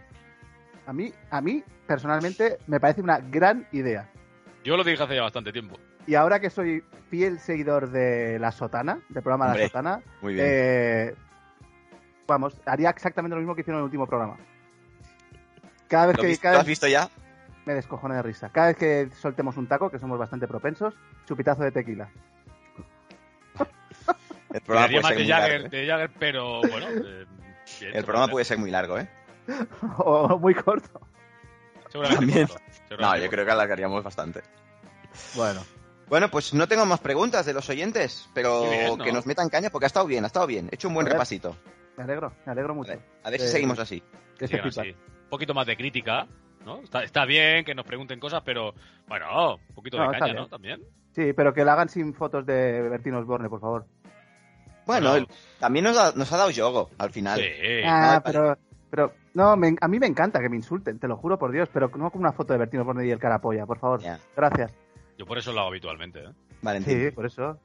[SPEAKER 3] a mí, a mí personalmente me parece una gran idea.
[SPEAKER 4] Yo lo dije hace ya bastante tiempo.
[SPEAKER 3] Y ahora que soy fiel seguidor de La Sotana, del programa
[SPEAKER 1] Hombre,
[SPEAKER 3] La Sotana,
[SPEAKER 1] Muy bien.
[SPEAKER 3] eh, vamos, haría exactamente lo mismo que hicieron en el último programa. Cada vez
[SPEAKER 1] ¿Lo,
[SPEAKER 3] que
[SPEAKER 1] vis-
[SPEAKER 3] cada
[SPEAKER 1] lo has
[SPEAKER 3] vez-
[SPEAKER 1] visto ya?
[SPEAKER 3] me descojone de risa. Cada vez que soltemos un taco, que somos bastante propensos, chupitazo de tequila.
[SPEAKER 1] El programa,
[SPEAKER 4] Tiraría
[SPEAKER 1] puede
[SPEAKER 4] más
[SPEAKER 1] ser,
[SPEAKER 4] de
[SPEAKER 1] muy
[SPEAKER 4] Jagger,
[SPEAKER 1] largo, ¿eh?
[SPEAKER 4] de Jagger, pero bueno. eh, bien,
[SPEAKER 1] El programa puede ser muy largo, ¿eh?
[SPEAKER 3] o muy corto.
[SPEAKER 4] Seguramente
[SPEAKER 1] También.
[SPEAKER 4] corto, seguramente
[SPEAKER 1] No, yo
[SPEAKER 4] corto.
[SPEAKER 1] creo que alargaríamos bastante.
[SPEAKER 3] Bueno.
[SPEAKER 1] Bueno, pues no tengo más preguntas de los oyentes, pero
[SPEAKER 4] Muy bien, ¿no?
[SPEAKER 1] que nos metan caña porque ha estado bien, ha estado bien. He hecho un buen
[SPEAKER 3] Joder.
[SPEAKER 1] repasito.
[SPEAKER 3] Me alegro, me alegro
[SPEAKER 1] A
[SPEAKER 3] mucho.
[SPEAKER 1] ver, a ver si
[SPEAKER 3] Eh,
[SPEAKER 1] seguimos así.
[SPEAKER 3] de
[SPEAKER 4] Sí,
[SPEAKER 3] este
[SPEAKER 4] bueno,
[SPEAKER 3] feedback.
[SPEAKER 4] sí. Un poquito más de crítica, ¿no? Está, está bien que nos pregunten cosas, pero bueno, un poquito de
[SPEAKER 3] No, está
[SPEAKER 4] caña,
[SPEAKER 3] bien.
[SPEAKER 4] ¿no? También.
[SPEAKER 3] Sí, pero que la hagan sin fotos de Bertino Osborne, por favor.
[SPEAKER 1] Bueno,
[SPEAKER 4] No.
[SPEAKER 1] el- también nos ha, nos ha dado yogo al final.
[SPEAKER 4] Sí.
[SPEAKER 3] ah,
[SPEAKER 1] vale.
[SPEAKER 3] pero Pero, no, me- a mí me encanta que me insulten, te lo juro por Dios, pero no con una foto de Bertino Borne y el carapolla, por favor.
[SPEAKER 1] Ya.
[SPEAKER 3] Gracias.
[SPEAKER 4] Yo por eso lo hago habitualmente. ¿eh?
[SPEAKER 1] Valentín.
[SPEAKER 3] Sí, por eso.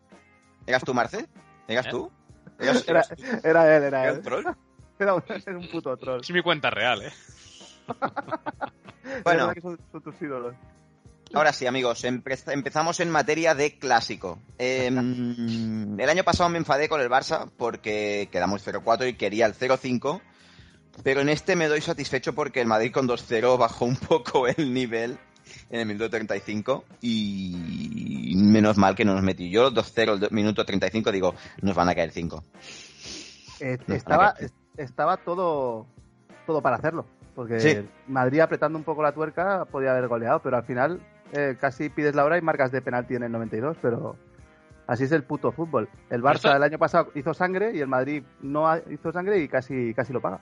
[SPEAKER 1] ¿Eras tú, Marce? ¿Eras
[SPEAKER 4] ¿Eh?
[SPEAKER 1] tú? ¿Eras,
[SPEAKER 3] Era,
[SPEAKER 1] eras-
[SPEAKER 3] era él, era
[SPEAKER 1] eras
[SPEAKER 3] él.
[SPEAKER 1] troll?
[SPEAKER 3] Era un, era un puto troll.
[SPEAKER 4] Es mi cuenta real, ¿eh?
[SPEAKER 3] De
[SPEAKER 1] Bueno,
[SPEAKER 3] verdad que son, son tus ídolos.
[SPEAKER 1] ahora sí, amigos, empe- empezamos en materia de clásico. Eh, mm, el año pasado me enfadé con el Barça porque quedamos 0-4 y quería el 0-5, pero en este me doy satisfecho porque el Madrid con 2-0 bajó un poco el nivel en el minuto 35 y menos mal que no nos metí. Yo 2-0 el do- minuto 35 digo, nos van a caer 5.
[SPEAKER 3] Eh,
[SPEAKER 1] No,
[SPEAKER 3] estaba,
[SPEAKER 1] para qué.
[SPEAKER 3] es- estaba todo, todo para hacerlo. Porque
[SPEAKER 1] Sí.
[SPEAKER 3] Madrid apretando un poco la tuerca podía haber goleado, pero al final eh, casi pides la hora y marcas de penalti en el 92, pero así es el puto fútbol. El Barça
[SPEAKER 4] esto-
[SPEAKER 3] el año pasado hizo sangre y el Madrid no ha- hizo sangre y casi, casi lo paga.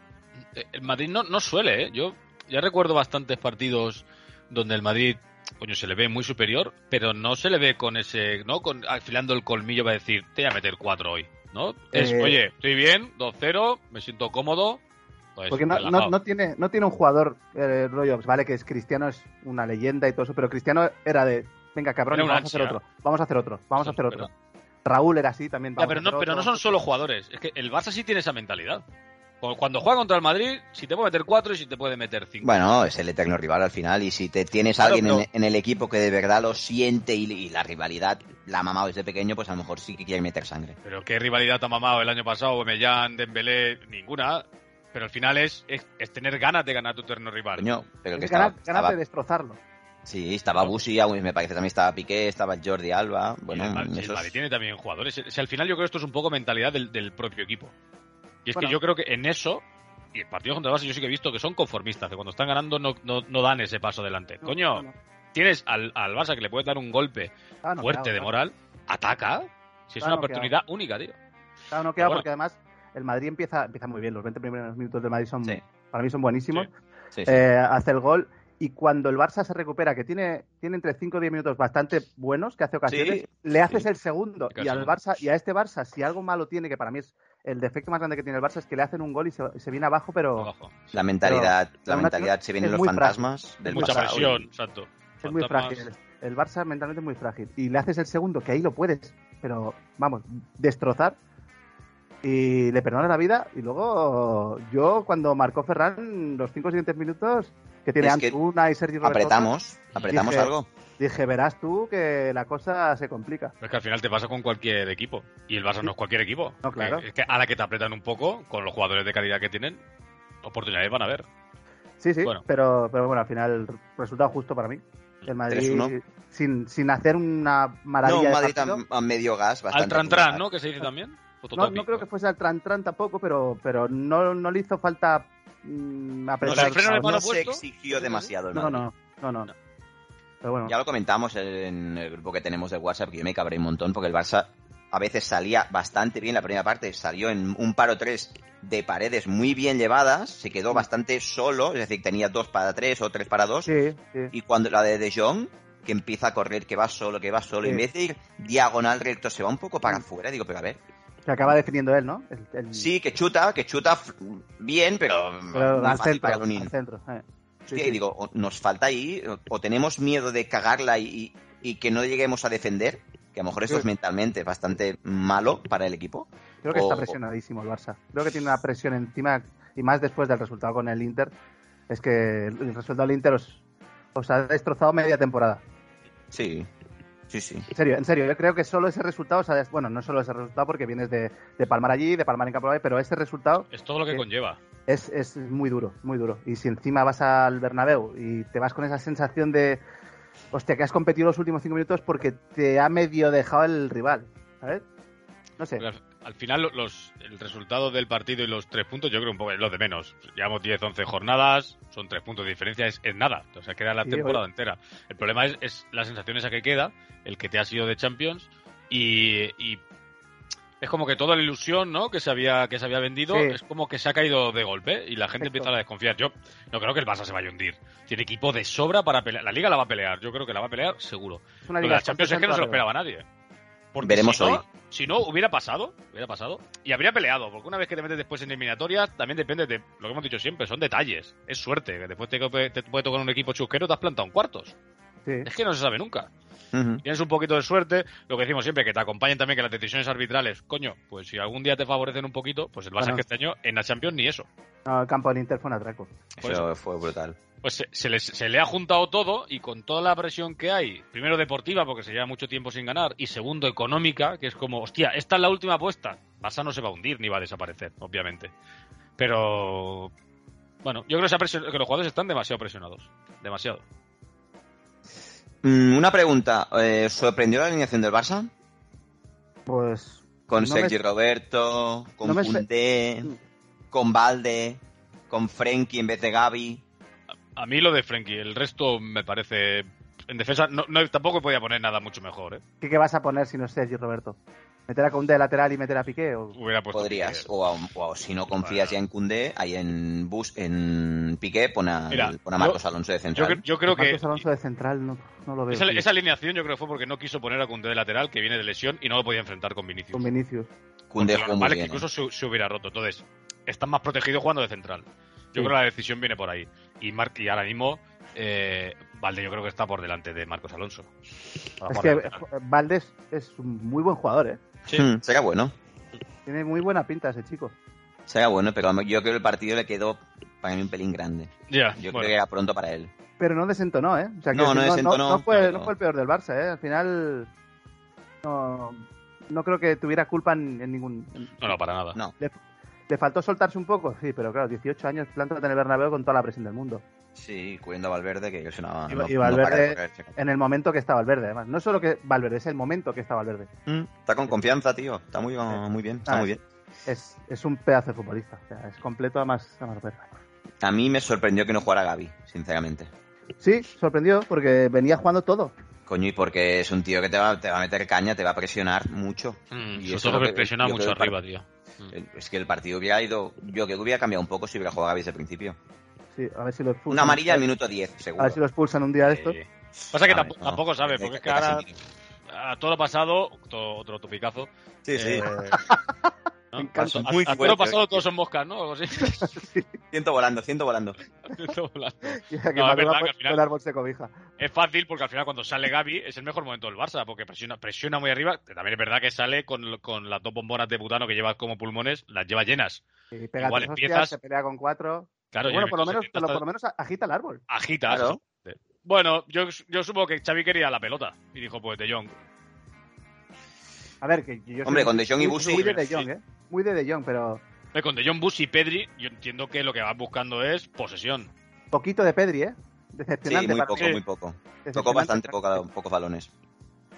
[SPEAKER 4] Eh, El Madrid no, no suele, ¿eh? Yo ya recuerdo bastantes partidos donde el Madrid, coño, se le ve muy superior, pero no se le ve con ese, ¿no? Con, afilando el colmillo para decir, te voy a meter cuatro hoy, ¿no? Es,
[SPEAKER 3] Eh,
[SPEAKER 4] oye, estoy bien, 2-0, me siento cómodo. pues,
[SPEAKER 3] Porque no, no,
[SPEAKER 4] relajado.
[SPEAKER 3] no tiene, no tiene un jugador, eh, rollo, pues vale que es Cristiano es una leyenda y todo eso, pero Cristiano era de, venga cabrón,
[SPEAKER 4] Era un
[SPEAKER 3] vamos a hacer
[SPEAKER 4] ansia.
[SPEAKER 3] otro, vamos a hacer otro, vamos a
[SPEAKER 4] Eso
[SPEAKER 3] hacer
[SPEAKER 4] es
[SPEAKER 3] otro. Raúl era así también.
[SPEAKER 4] Ya,
[SPEAKER 3] vamos
[SPEAKER 4] pero,
[SPEAKER 3] a
[SPEAKER 4] no,
[SPEAKER 3] hacer
[SPEAKER 4] pero no
[SPEAKER 3] otro.
[SPEAKER 4] son solo jugadores. Es que el Barça sí tiene esa mentalidad. Cu- Cuando juega contra el Madrid, si te puede meter cuatro y si te puede meter cinco.
[SPEAKER 1] Bueno, es el eterno rival al final y si te tienes a
[SPEAKER 4] Claro,
[SPEAKER 1] alguien en,
[SPEAKER 4] pero-
[SPEAKER 1] en el equipo que de verdad lo siente y, y la rivalidad la ha mamado desde pequeño, pues a lo mejor sí que quiere meter sangre.
[SPEAKER 4] Pero qué rivalidad ha mamado el año pasado, Omellán, Dembélé, ninguna. Pero al final es, es, es tener ganas de ganar tu terreno rival.
[SPEAKER 1] Coño, pero que
[SPEAKER 3] Tienes
[SPEAKER 1] estaba,
[SPEAKER 3] ganas- ganas de
[SPEAKER 1] estaba-
[SPEAKER 3] destrozarlo.
[SPEAKER 1] sí, estaba Busi, aún me parece también estaba Piqué, estaba Jordi Alba,
[SPEAKER 4] Y el
[SPEAKER 1] bueno,
[SPEAKER 4] Madrid- y el
[SPEAKER 1] esos-
[SPEAKER 4] Madrid tiene también jugadores. O sea, al final yo creo que esto es un poco mentalidad del, del propio equipo. Y es
[SPEAKER 3] Bueno.
[SPEAKER 4] que yo creo que en eso, y el partido contra el Barça yo sí que he visto que son conformistas, que cuando están ganando no, no, no dan ese paso adelante.
[SPEAKER 3] No,
[SPEAKER 4] Coño,
[SPEAKER 3] no, no.
[SPEAKER 4] tienes al, al Barça que le puedes dar un golpe
[SPEAKER 3] Estaba noqueado,
[SPEAKER 4] fuerte de
[SPEAKER 3] estaba-
[SPEAKER 4] moral, ataca. Si es
[SPEAKER 3] Está noqueado.
[SPEAKER 4] una oportunidad única, tío.
[SPEAKER 3] Estaba noqueado
[SPEAKER 4] Pero
[SPEAKER 3] porque además el Madrid empieza, empieza muy bien. Los 20 primeros minutos del Madrid son,
[SPEAKER 1] Sí,
[SPEAKER 3] para mí son buenísimos.
[SPEAKER 1] sí, sí.
[SPEAKER 3] Eh, hace el gol y cuando el Barça se recupera, que tiene, tiene entre 5 y 10 minutos bastante buenos, que hace ocasiones,
[SPEAKER 1] Sí,
[SPEAKER 3] le haces
[SPEAKER 1] sí.
[SPEAKER 3] el segundo.
[SPEAKER 4] Casi
[SPEAKER 3] Y al
[SPEAKER 4] no.
[SPEAKER 3] Barça y a este Barça, si algo malo tiene, que para mí es el defecto más grande que tiene el Barça, es que le hacen un gol y se, se viene abajo, pero
[SPEAKER 4] Abajo.
[SPEAKER 1] la mentalidad, la
[SPEAKER 3] una-
[SPEAKER 1] mentalidad, si vienen
[SPEAKER 3] es
[SPEAKER 1] los
[SPEAKER 3] muy
[SPEAKER 1] fantasmas del
[SPEAKER 4] Mucha
[SPEAKER 1] pasado.
[SPEAKER 4] presión, exacto.
[SPEAKER 3] es muy
[SPEAKER 4] Fantasmas.
[SPEAKER 3] frágil. El Barça mentalmente es muy frágil. Y le haces el segundo, que ahí lo puedes, pero vamos, destrozar. Y le perdona la vida. Y luego, yo cuando marcó Ferran los cinco siguientes minutos, que tiene
[SPEAKER 1] Es que
[SPEAKER 3] Antuna y Sergio Roberto,
[SPEAKER 1] Apretamos, apretamos
[SPEAKER 3] Dije-
[SPEAKER 1] algo.
[SPEAKER 3] dije, verás tú que la cosa se complica.
[SPEAKER 4] Pero es que al final te pasa con cualquier equipo. Y el Barça no es cualquier equipo.
[SPEAKER 3] No, claro.
[SPEAKER 4] Que- Es que a la que te apretan un poco, con los jugadores de calidad que tienen, oportunidades van a ver.
[SPEAKER 3] Sí, sí,
[SPEAKER 4] Bueno.
[SPEAKER 3] pero, pero bueno, al final, resultado justo para mí. El Madrid,
[SPEAKER 1] 3-1.
[SPEAKER 3] sin, sin hacer una
[SPEAKER 1] No,
[SPEAKER 3] maravilla.
[SPEAKER 1] un
[SPEAKER 3] de
[SPEAKER 1] Madrid
[SPEAKER 3] partido.
[SPEAKER 1] a, a medio gas, bastante.
[SPEAKER 4] Al Trantran,
[SPEAKER 1] regular.
[SPEAKER 4] ¿no? Que se dice también.
[SPEAKER 3] No, no creo que fuese al Tran Tran tampoco, pero, pero no, no le hizo falta mm, apretar.
[SPEAKER 4] el freno de
[SPEAKER 3] no,
[SPEAKER 4] mano
[SPEAKER 1] No se
[SPEAKER 4] puesto.
[SPEAKER 1] exigió demasiado el
[SPEAKER 3] no,
[SPEAKER 1] Madrid.
[SPEAKER 3] no, no, no. Pero bueno,
[SPEAKER 1] Ya lo comentamos en el grupo que tenemos de WhatsApp, que yo me cabré un montón, porque el Barça a veces salía bastante bien la primera parte, salió en un paro tres de paredes muy bien llevadas, se quedó bastante solo, es decir, tenía dos para tres o tres para dos,
[SPEAKER 3] sí, sí.
[SPEAKER 1] y cuando la de De Jong, que empieza a correr, que va solo, que va solo,
[SPEAKER 3] Sí.
[SPEAKER 1] en vez de ir diagonal recto, se va un poco para afuera, digo, pero a ver,
[SPEAKER 3] Se acaba defendiendo él, ¿no? El- el-
[SPEAKER 1] sí, que chuta, que chuta f- bien, pero,
[SPEAKER 3] pero
[SPEAKER 1] muy
[SPEAKER 3] al
[SPEAKER 1] fácil
[SPEAKER 3] centro.
[SPEAKER 1] para Lunin.
[SPEAKER 3] al centro, eh. Sí,
[SPEAKER 1] Hostia,
[SPEAKER 3] sí.
[SPEAKER 1] y digo, o nos falta ahí, o, o tenemos miedo de cagarla y, y que no lleguemos a defender, que a lo mejor esto
[SPEAKER 3] Sí.
[SPEAKER 1] es mentalmente bastante malo para el equipo.
[SPEAKER 3] Creo que está
[SPEAKER 1] o-
[SPEAKER 3] presionadísimo el Barça. Creo que tiene una presión encima y más después del resultado con el Inter. Es que el resultado del Inter os, os ha destrozado media temporada.
[SPEAKER 1] Sí, sí, sí.
[SPEAKER 3] En serio, en serio, yo creo que solo ese resultado, o sea, des- bueno, no solo ese resultado porque vienes de, de palmar allí, de palmar en Campo Nou, pero ese resultado
[SPEAKER 4] Es todo lo que
[SPEAKER 3] Sí.
[SPEAKER 4] conlleva.
[SPEAKER 3] Es, es muy duro, muy duro. Y si encima vas al Bernabéu y te vas con esa sensación de, hostia, que has competido los últimos cinco minutos porque te ha medio dejado el rival, ¿sabes? No sé.
[SPEAKER 4] Porque Al, al final, lo- los, el resultado del partido y los tres puntos, yo creo un poco es lo de menos. Llevamos 10, 11 jornadas, son tres puntos de diferencia, es, es nada. O sea, queda la
[SPEAKER 3] Sí,
[SPEAKER 4] temporada entera. El problema es, es la sensación esa que queda, el que te ha sido de Champions y. y es como que toda la ilusión, ¿no? Que se había que se había vendido,
[SPEAKER 3] Sí.
[SPEAKER 4] es como que se ha caído de golpe y la
[SPEAKER 3] Exacto.
[SPEAKER 4] gente empieza a desconfiar. Yo no creo que el Barça se vaya a hundir. Tiene equipo de sobra para pelear. La Liga la va a pelear. Yo creo que la va a pelear, seguro.
[SPEAKER 3] Es una
[SPEAKER 4] Lo de
[SPEAKER 3] liga
[SPEAKER 4] la Champions es que no se lo
[SPEAKER 3] escocesa en toda
[SPEAKER 4] esperaba nadie. ¿eh? Porque
[SPEAKER 1] Veremos
[SPEAKER 4] si no-
[SPEAKER 1] hoy.
[SPEAKER 4] si no, hubiera pasado, hubiera pasado. Y habría peleado, porque una vez que te metes después en eliminatorias, también depende de lo que hemos dicho siempre, son detalles. Es suerte, que después te, te puede tocar un equipo chusquero, te has plantado en cuartos.
[SPEAKER 3] Sí.
[SPEAKER 4] Es que no se sabe nunca.
[SPEAKER 1] Ujú.
[SPEAKER 4] Tienes un poquito de suerte, lo que decimos siempre, que te acompañen también que las decisiones arbitrales, coño, pues si algún día te favorecen un poquito, pues el Barça
[SPEAKER 3] Ajá.
[SPEAKER 4] que este año en la Champions ni eso.
[SPEAKER 3] No, el campo del Inter fue un atraco.
[SPEAKER 4] Por
[SPEAKER 1] Eso fue brutal.
[SPEAKER 4] Pues se, se les- se le ha juntado todo y con toda la presión que hay, primero deportiva, porque se lleva mucho tiempo sin ganar, y segundo económica, que es como, hostia, esta es la última apuesta. Barça no se va a hundir ni va a desaparecer, obviamente. Pero, bueno, yo creo que, se ha presion- que los jugadores están demasiado presionados. Demasiado.
[SPEAKER 1] Mm, una pregunta. eh, ¿Sorprendió la alineación del Barça?
[SPEAKER 3] Pues
[SPEAKER 1] Con
[SPEAKER 3] No
[SPEAKER 1] Sergi
[SPEAKER 3] me-
[SPEAKER 1] Roberto, con
[SPEAKER 3] no me-
[SPEAKER 1] Koundé, con Valde, con Frenkie en vez de Gaby.
[SPEAKER 4] A mí lo de Frenkie, el resto me parece... En defensa no, no- tampoco podía poner nada mucho mejor, ¿eh?
[SPEAKER 3] ¿qué, qué vas a poner si no es Sergi Roberto? ¿Meter a Koundé de lateral y meter a Piqué? O...
[SPEAKER 4] Hubiera puesto
[SPEAKER 1] Podrías.
[SPEAKER 4] Piqué.
[SPEAKER 1] O, a- o a- si no confías ya en Koundé, ahí en Bus, en Piqué, pon a,
[SPEAKER 4] Mira,
[SPEAKER 1] pon a Marcos
[SPEAKER 4] yo-
[SPEAKER 1] Alonso de
[SPEAKER 4] Yo,
[SPEAKER 1] central.
[SPEAKER 4] cre- yo creo que
[SPEAKER 3] Marcos Alonso de central no, no lo veo.
[SPEAKER 4] esa,
[SPEAKER 3] tío.
[SPEAKER 4] esa alineación yo creo que fue porque no quiso poner a Koundé de lateral, que viene de lesión, y no lo podía enfrentar con Vinicius.
[SPEAKER 3] Con Vinicius.
[SPEAKER 1] Koundé
[SPEAKER 4] Lo
[SPEAKER 1] jugó
[SPEAKER 4] normal
[SPEAKER 1] muy
[SPEAKER 4] es que
[SPEAKER 1] bien.
[SPEAKER 4] incluso
[SPEAKER 1] ¿eh?
[SPEAKER 4] se, se hubiera roto. Entonces, están más protegidos jugando de central. Yo
[SPEAKER 3] Sí.
[SPEAKER 4] creo que la decisión viene por ahí. Y, Mar- y ahora mismo, eh, Valde yo creo que está por delante de Marcos Alonso. Para
[SPEAKER 3] Es
[SPEAKER 4] jugar
[SPEAKER 3] que
[SPEAKER 4] de
[SPEAKER 3] eh,
[SPEAKER 4] lateral.
[SPEAKER 3] Valdés es un muy buen jugador, ¿eh?
[SPEAKER 4] Sí.
[SPEAKER 1] Mm, será bueno.
[SPEAKER 3] Tiene muy buena pinta ese chico.
[SPEAKER 1] Será bueno, pero yo creo que el partido le quedó para mí un pelín grande.
[SPEAKER 4] Ya,
[SPEAKER 1] Yo creo
[SPEAKER 4] bueno.
[SPEAKER 1] que era pronto para él.
[SPEAKER 3] Pero no desentonó, ¿eh? O sea,
[SPEAKER 1] No,
[SPEAKER 3] quiero
[SPEAKER 1] no desentonó,
[SPEAKER 3] No, fue,
[SPEAKER 1] pero-
[SPEAKER 3] no fue el peor del Barça, ¿eh? Al final. No, no creo que tuviera culpa en, en ningún. en-
[SPEAKER 4] No, no, para nada.
[SPEAKER 1] No.
[SPEAKER 3] ¿Le faltó soltarse un poco? Sí, pero claro, 18 años plántate en el Bernabéu con toda la presión del mundo.
[SPEAKER 1] Sí, cubriendo a Valverde, que es una.
[SPEAKER 3] Y-
[SPEAKER 1] no-
[SPEAKER 3] y
[SPEAKER 1] no
[SPEAKER 3] Valverde-
[SPEAKER 1] para de correr, chico.
[SPEAKER 3] En el momento que está Valverde, además. No solo que Valverde, es el momento que está Valverde.
[SPEAKER 1] Mm, Está con confianza, tío. Está muy, muy bien. Está
[SPEAKER 3] Ah,
[SPEAKER 1] muy bien.
[SPEAKER 3] Es, es un pedazo de futbolista. O sea, es completo a más, a más ver.
[SPEAKER 1] A mí me sorprendió que no jugara Gaby, sinceramente.
[SPEAKER 3] Sí, sorprendió porque venía jugando todo.
[SPEAKER 1] Coño, y porque es un tío que te va, te va a meter caña, te va a presionar mucho.
[SPEAKER 4] Mm,
[SPEAKER 1] Y
[SPEAKER 4] sobre
[SPEAKER 1] eso
[SPEAKER 4] todo
[SPEAKER 1] lo
[SPEAKER 4] que
[SPEAKER 1] que-
[SPEAKER 4] presiona
[SPEAKER 1] yo
[SPEAKER 4] mucho
[SPEAKER 1] creo que
[SPEAKER 4] arriba, tío.
[SPEAKER 1] Eh, Es que el partido hubiera ido. Yo creo que hubiera cambiado un poco si hubiera jugado Gaby desde el principio.
[SPEAKER 3] Sí, a ver si lo expulsan.
[SPEAKER 1] Una amarilla al minuto 10, seguro.
[SPEAKER 3] A ver si lo expulsan un día de estos.
[SPEAKER 4] Eh, Pasa que
[SPEAKER 1] A ver,
[SPEAKER 4] tampo-
[SPEAKER 1] no. Eh,
[SPEAKER 4] tampoco sabe,
[SPEAKER 1] Hay
[SPEAKER 4] porque es que
[SPEAKER 1] hay
[SPEAKER 4] ahora
[SPEAKER 1] sentir.
[SPEAKER 4] a todo lo pasado, to- otro topicazo.
[SPEAKER 1] Sí, sí.
[SPEAKER 4] eh, ¿no?
[SPEAKER 3] Me encanta.
[SPEAKER 4] A- a-
[SPEAKER 1] Muy
[SPEAKER 4] a todo
[SPEAKER 1] fuerte.
[SPEAKER 4] lo pasado todos son moscas, ¿no? Algo así.
[SPEAKER 1] Siento volando, siento volando.
[SPEAKER 4] Todo volando.
[SPEAKER 3] Y que
[SPEAKER 4] No, es
[SPEAKER 3] Maduro con-
[SPEAKER 4] verdad que al final-
[SPEAKER 3] con el árbol se cobija.
[SPEAKER 4] Es fácil porque al final cuando sale Gaby es el mejor momento del Barça, porque presiona, presiona muy arriba. que También es verdad que sale con, con las dos bombonas de butano que llevas como pulmones, las lleva llenas.
[SPEAKER 3] Y pega
[SPEAKER 4] Igual
[SPEAKER 3] tres
[SPEAKER 4] empiezas-
[SPEAKER 3] hostias, se pelea con cuatro.
[SPEAKER 4] Claro,
[SPEAKER 3] bueno,
[SPEAKER 4] yo-
[SPEAKER 3] por lo, menos,
[SPEAKER 4] entonces,
[SPEAKER 3] pero por lo menos agita el árbol.
[SPEAKER 4] agita.
[SPEAKER 1] Claro.
[SPEAKER 4] exactamente. Bueno, yo, yo supongo que Xavi quería la pelota y dijo, pues de Jong.
[SPEAKER 3] A ver, que yo soy
[SPEAKER 1] Hombre,
[SPEAKER 3] muy-
[SPEAKER 1] con De Jong y
[SPEAKER 3] muy-
[SPEAKER 1] Busi.
[SPEAKER 3] Muy de De Jong, ¿eh? Muy de De Jong, pero
[SPEAKER 4] Eh, Con de Jong, Bus y Pedri, yo entiendo que lo que van buscando es posesión.
[SPEAKER 3] poquito de Pedri, ¿eh?
[SPEAKER 1] Sí,
[SPEAKER 3] Decepcionante
[SPEAKER 1] muy
[SPEAKER 3] para
[SPEAKER 1] poco,
[SPEAKER 4] mí.
[SPEAKER 1] muy poco. Tocó
[SPEAKER 3] decepcionante.
[SPEAKER 1] bastante poca- pocos balones.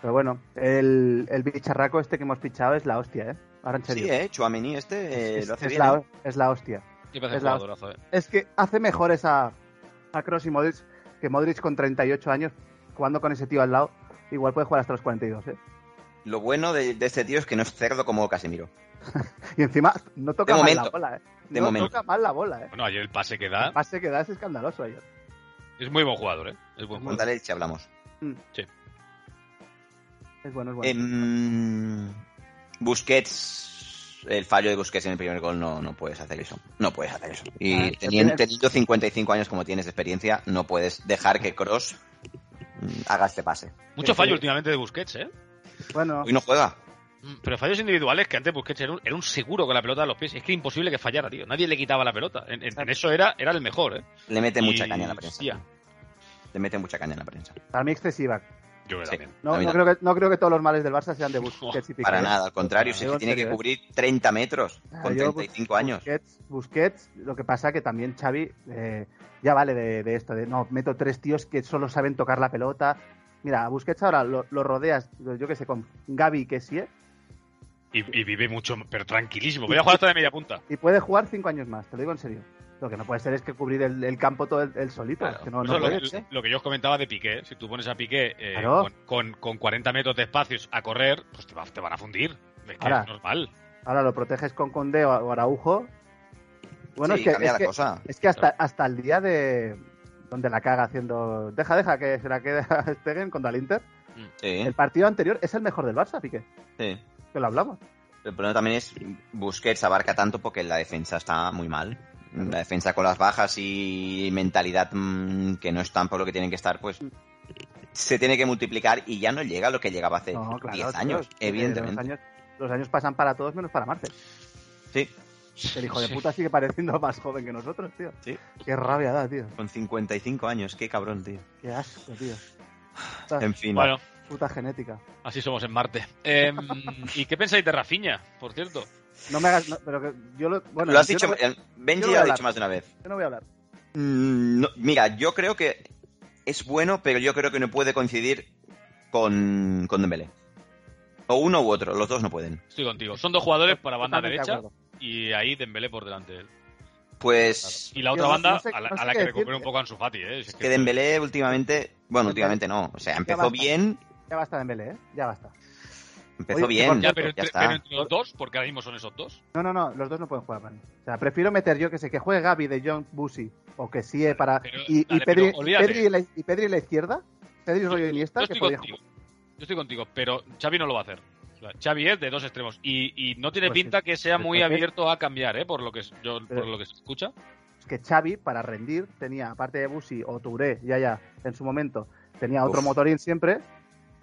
[SPEAKER 3] Pero bueno, el, el bicharraco este que hemos fichado es la hostia, ¿eh? Ahora en serio.
[SPEAKER 1] Sí, eh, Chuamení este eh,
[SPEAKER 3] es,
[SPEAKER 1] lo hace
[SPEAKER 3] es
[SPEAKER 1] bien.
[SPEAKER 3] la,
[SPEAKER 1] ¿eh?
[SPEAKER 3] ho- es la hostia.
[SPEAKER 4] Yo parece
[SPEAKER 3] Es la-
[SPEAKER 4] jugadorazo, eh.
[SPEAKER 3] Es que hace mejores a, a Cross y Modric que Modric con 38 años jugando con ese tío al lado. Igual puede jugar hasta los 42, ¿eh?
[SPEAKER 1] Lo bueno de, de este tío es que no es cerdo como Casemiro.
[SPEAKER 3] Y encima no toca
[SPEAKER 1] De
[SPEAKER 3] mal
[SPEAKER 1] momento.
[SPEAKER 3] la bola, ¿eh?
[SPEAKER 1] De
[SPEAKER 3] no
[SPEAKER 1] momento.
[SPEAKER 3] toca mal la bola, ¿eh?
[SPEAKER 4] Bueno, ayer el pase que
[SPEAKER 1] ¿Ah?
[SPEAKER 3] El
[SPEAKER 4] da
[SPEAKER 3] pase que da es escandaloso ayer.
[SPEAKER 4] es muy buen jugador, ¿eh? Es buen jugador.
[SPEAKER 1] Cuéntale si hablamos.
[SPEAKER 3] Es bueno, es bueno.
[SPEAKER 1] Em, Busquets, el fallo de Busquets en el primer gol, no, no puedes hacer eso. No puedes hacer eso. Y
[SPEAKER 3] Ah,
[SPEAKER 1] tenien-
[SPEAKER 3] el primer-
[SPEAKER 1] teniendo 55 años como tienes de experiencia, no puedes dejar que Cross haga este pase.
[SPEAKER 4] Mucho
[SPEAKER 3] Sí,
[SPEAKER 4] fallo
[SPEAKER 3] sí.
[SPEAKER 4] últimamente de Busquets, ¿eh?
[SPEAKER 3] bueno,
[SPEAKER 1] Hoy no juega.
[SPEAKER 4] Mm, Pero fallos individuales que antes Busquets era un, era un seguro con la pelota a los pies. Es que imposible que fallara, tío. Nadie le quitaba la pelota. En, en- en eso era, era el mejor, ¿eh?
[SPEAKER 1] Le mete mucha
[SPEAKER 4] Y, ah,
[SPEAKER 1] caña a la prensa.
[SPEAKER 4] hostia,
[SPEAKER 1] Le mete mucha caña a la prensa.
[SPEAKER 3] para mí excesiva.
[SPEAKER 4] yo
[SPEAKER 1] Sí.
[SPEAKER 4] también.
[SPEAKER 3] No,
[SPEAKER 1] A mí no.
[SPEAKER 3] no creo que, no creo que todos los males del Barça sean de Busquets y Piqué.
[SPEAKER 1] Para nada, al contrario, si es que
[SPEAKER 3] Digo en
[SPEAKER 1] tiene que
[SPEAKER 3] serio, ¿eh?
[SPEAKER 1] cubrir 30 metros
[SPEAKER 3] Ah,
[SPEAKER 1] con
[SPEAKER 3] yo,
[SPEAKER 1] 35 años.
[SPEAKER 3] Busquets, Busquets, lo que pasa que también Xavi eh, ya vale de, de esto, de no, meto tres tíos que solo saben tocar la pelota. Mira, a Busquets ahora lo, lo rodeas, pues, yo que sé, con Gaby que sí, ¿eh?
[SPEAKER 4] Y, y vive mucho, pero tranquilísimo. Voy a jugar hasta de media punta.
[SPEAKER 3] y puede jugar cinco años más, te lo digo en serio. Lo que no puede ser es que cubrir el, el campo todo el, el solito,
[SPEAKER 1] Claro,
[SPEAKER 3] es que no,
[SPEAKER 4] Eso
[SPEAKER 3] no
[SPEAKER 4] es lo,
[SPEAKER 3] puede
[SPEAKER 4] que-
[SPEAKER 3] ser.
[SPEAKER 4] lo que yo os comentaba de Piqué. Si tú pones a Piqué eh,
[SPEAKER 3] Claro.
[SPEAKER 4] con, con- con 40 metros de espacios a correr, pues te, va- te van a fundir. Es que
[SPEAKER 3] Ahora.
[SPEAKER 4] es normal.
[SPEAKER 3] Ahora lo proteges con Conde o, o Araujo. Bueno,
[SPEAKER 1] Sí,
[SPEAKER 3] es que,
[SPEAKER 1] cambia
[SPEAKER 3] es
[SPEAKER 1] la
[SPEAKER 3] que,
[SPEAKER 1] cosa.
[SPEAKER 3] es que hasta, hasta el día de donde la caga haciendo, deja, deja que se la quede a Stegen contra el Inter,
[SPEAKER 1] Sí,
[SPEAKER 3] El partido anterior es el mejor del Barça, Piqué,
[SPEAKER 1] sí.
[SPEAKER 3] que lo hablamos.
[SPEAKER 1] El problema también es Busquets abarca tanto porque la defensa está muy mal. La defensa con las bajas y mentalidad mm, que no están por lo que tienen que estar, pues se tiene que multiplicar y ya no llega a lo que llegaba hace 10
[SPEAKER 3] No, claro, tío,
[SPEAKER 1] Eh, años,
[SPEAKER 3] es que
[SPEAKER 1] evidentemente.
[SPEAKER 3] Los años, los años pasan para todos menos para Marcel.
[SPEAKER 1] Sí,
[SPEAKER 3] El hijo
[SPEAKER 4] Sí.
[SPEAKER 3] de puta sigue pareciendo más joven que nosotros, tío.
[SPEAKER 1] Sí.
[SPEAKER 3] Qué rabia da, tío.
[SPEAKER 1] con 55 años, qué cabrón, tío.
[SPEAKER 3] Qué asco, tío.
[SPEAKER 1] En fin,
[SPEAKER 4] Bueno,
[SPEAKER 3] Puta genética.
[SPEAKER 4] así somos en Marte. Em, ¿Y qué pensáis de Rafiña, por cierto?
[SPEAKER 3] No me hagas. no, pero que yo lo. Bueno,
[SPEAKER 1] lo has
[SPEAKER 3] yo
[SPEAKER 1] dicho,
[SPEAKER 3] no voy-
[SPEAKER 1] eh, Benji
[SPEAKER 3] yo no
[SPEAKER 1] lo ha
[SPEAKER 3] voy
[SPEAKER 1] dicho
[SPEAKER 3] a hablar.
[SPEAKER 1] más de una vez.
[SPEAKER 3] yo no voy a hablar.
[SPEAKER 1] Mm, no, mira, yo creo que es bueno, pero yo creo que no puede coincidir con, con Dembélé. O uno u otro, los dos no pueden.
[SPEAKER 4] Estoy contigo. Son dos jugadores para banda
[SPEAKER 3] Totalmente de
[SPEAKER 4] derecha
[SPEAKER 3] acuerdo.
[SPEAKER 4] y ahí Dembélé por delante de él.
[SPEAKER 1] Pues
[SPEAKER 4] Y la
[SPEAKER 3] Yo
[SPEAKER 4] otra
[SPEAKER 3] no-
[SPEAKER 4] banda
[SPEAKER 3] no sé-
[SPEAKER 4] a la,
[SPEAKER 3] no sé
[SPEAKER 4] a la
[SPEAKER 3] qué
[SPEAKER 4] que
[SPEAKER 3] decirte.
[SPEAKER 4] recupera un poco a Ansu Fati, ¿eh? Si es
[SPEAKER 1] que Dembélé últimamente, bueno, últimamente no, o sea, empezó
[SPEAKER 3] basta.
[SPEAKER 1] bien,
[SPEAKER 3] Ya basta de Embele, ¿eh? Ya basta.
[SPEAKER 1] empezó
[SPEAKER 3] Oye,
[SPEAKER 1] bien,
[SPEAKER 4] Ya,
[SPEAKER 1] ya,
[SPEAKER 4] pero, entre,
[SPEAKER 1] está.
[SPEAKER 4] pero entre los dos, porque ahora mismo son esos dos.
[SPEAKER 3] No, no, no. Los dos no pueden jugar, man. O sea, prefiero meter yo que sé, que juegue Gaby de John Busi o que sí eh, para.
[SPEAKER 4] pero-
[SPEAKER 3] y, y
[SPEAKER 4] dale,
[SPEAKER 3] Pedri,
[SPEAKER 4] pero olvídate.
[SPEAKER 3] Pedri en la, y Pedri en la izquierda. Pedri rollo
[SPEAKER 4] Yo
[SPEAKER 3] Iniesta, que
[SPEAKER 4] estoy
[SPEAKER 3] podía
[SPEAKER 4] contigo. Yo estoy contigo, pero Xavi no lo va a hacer. O sea, Xavi es de dos extremos y, y no tiene
[SPEAKER 3] Pues sí.
[SPEAKER 4] pinta que sea muy
[SPEAKER 3] Entonces-
[SPEAKER 4] abierto a cambiar, ¿eh? Por lo que es- yo, por
[SPEAKER 3] Pero-
[SPEAKER 4] lo que se escucha.
[SPEAKER 3] Es que Xavi, para rendir, tenía, aparte de Busi o Touré, ya ya, en su momento, tenía otro
[SPEAKER 1] Uf.
[SPEAKER 3] motorín siempre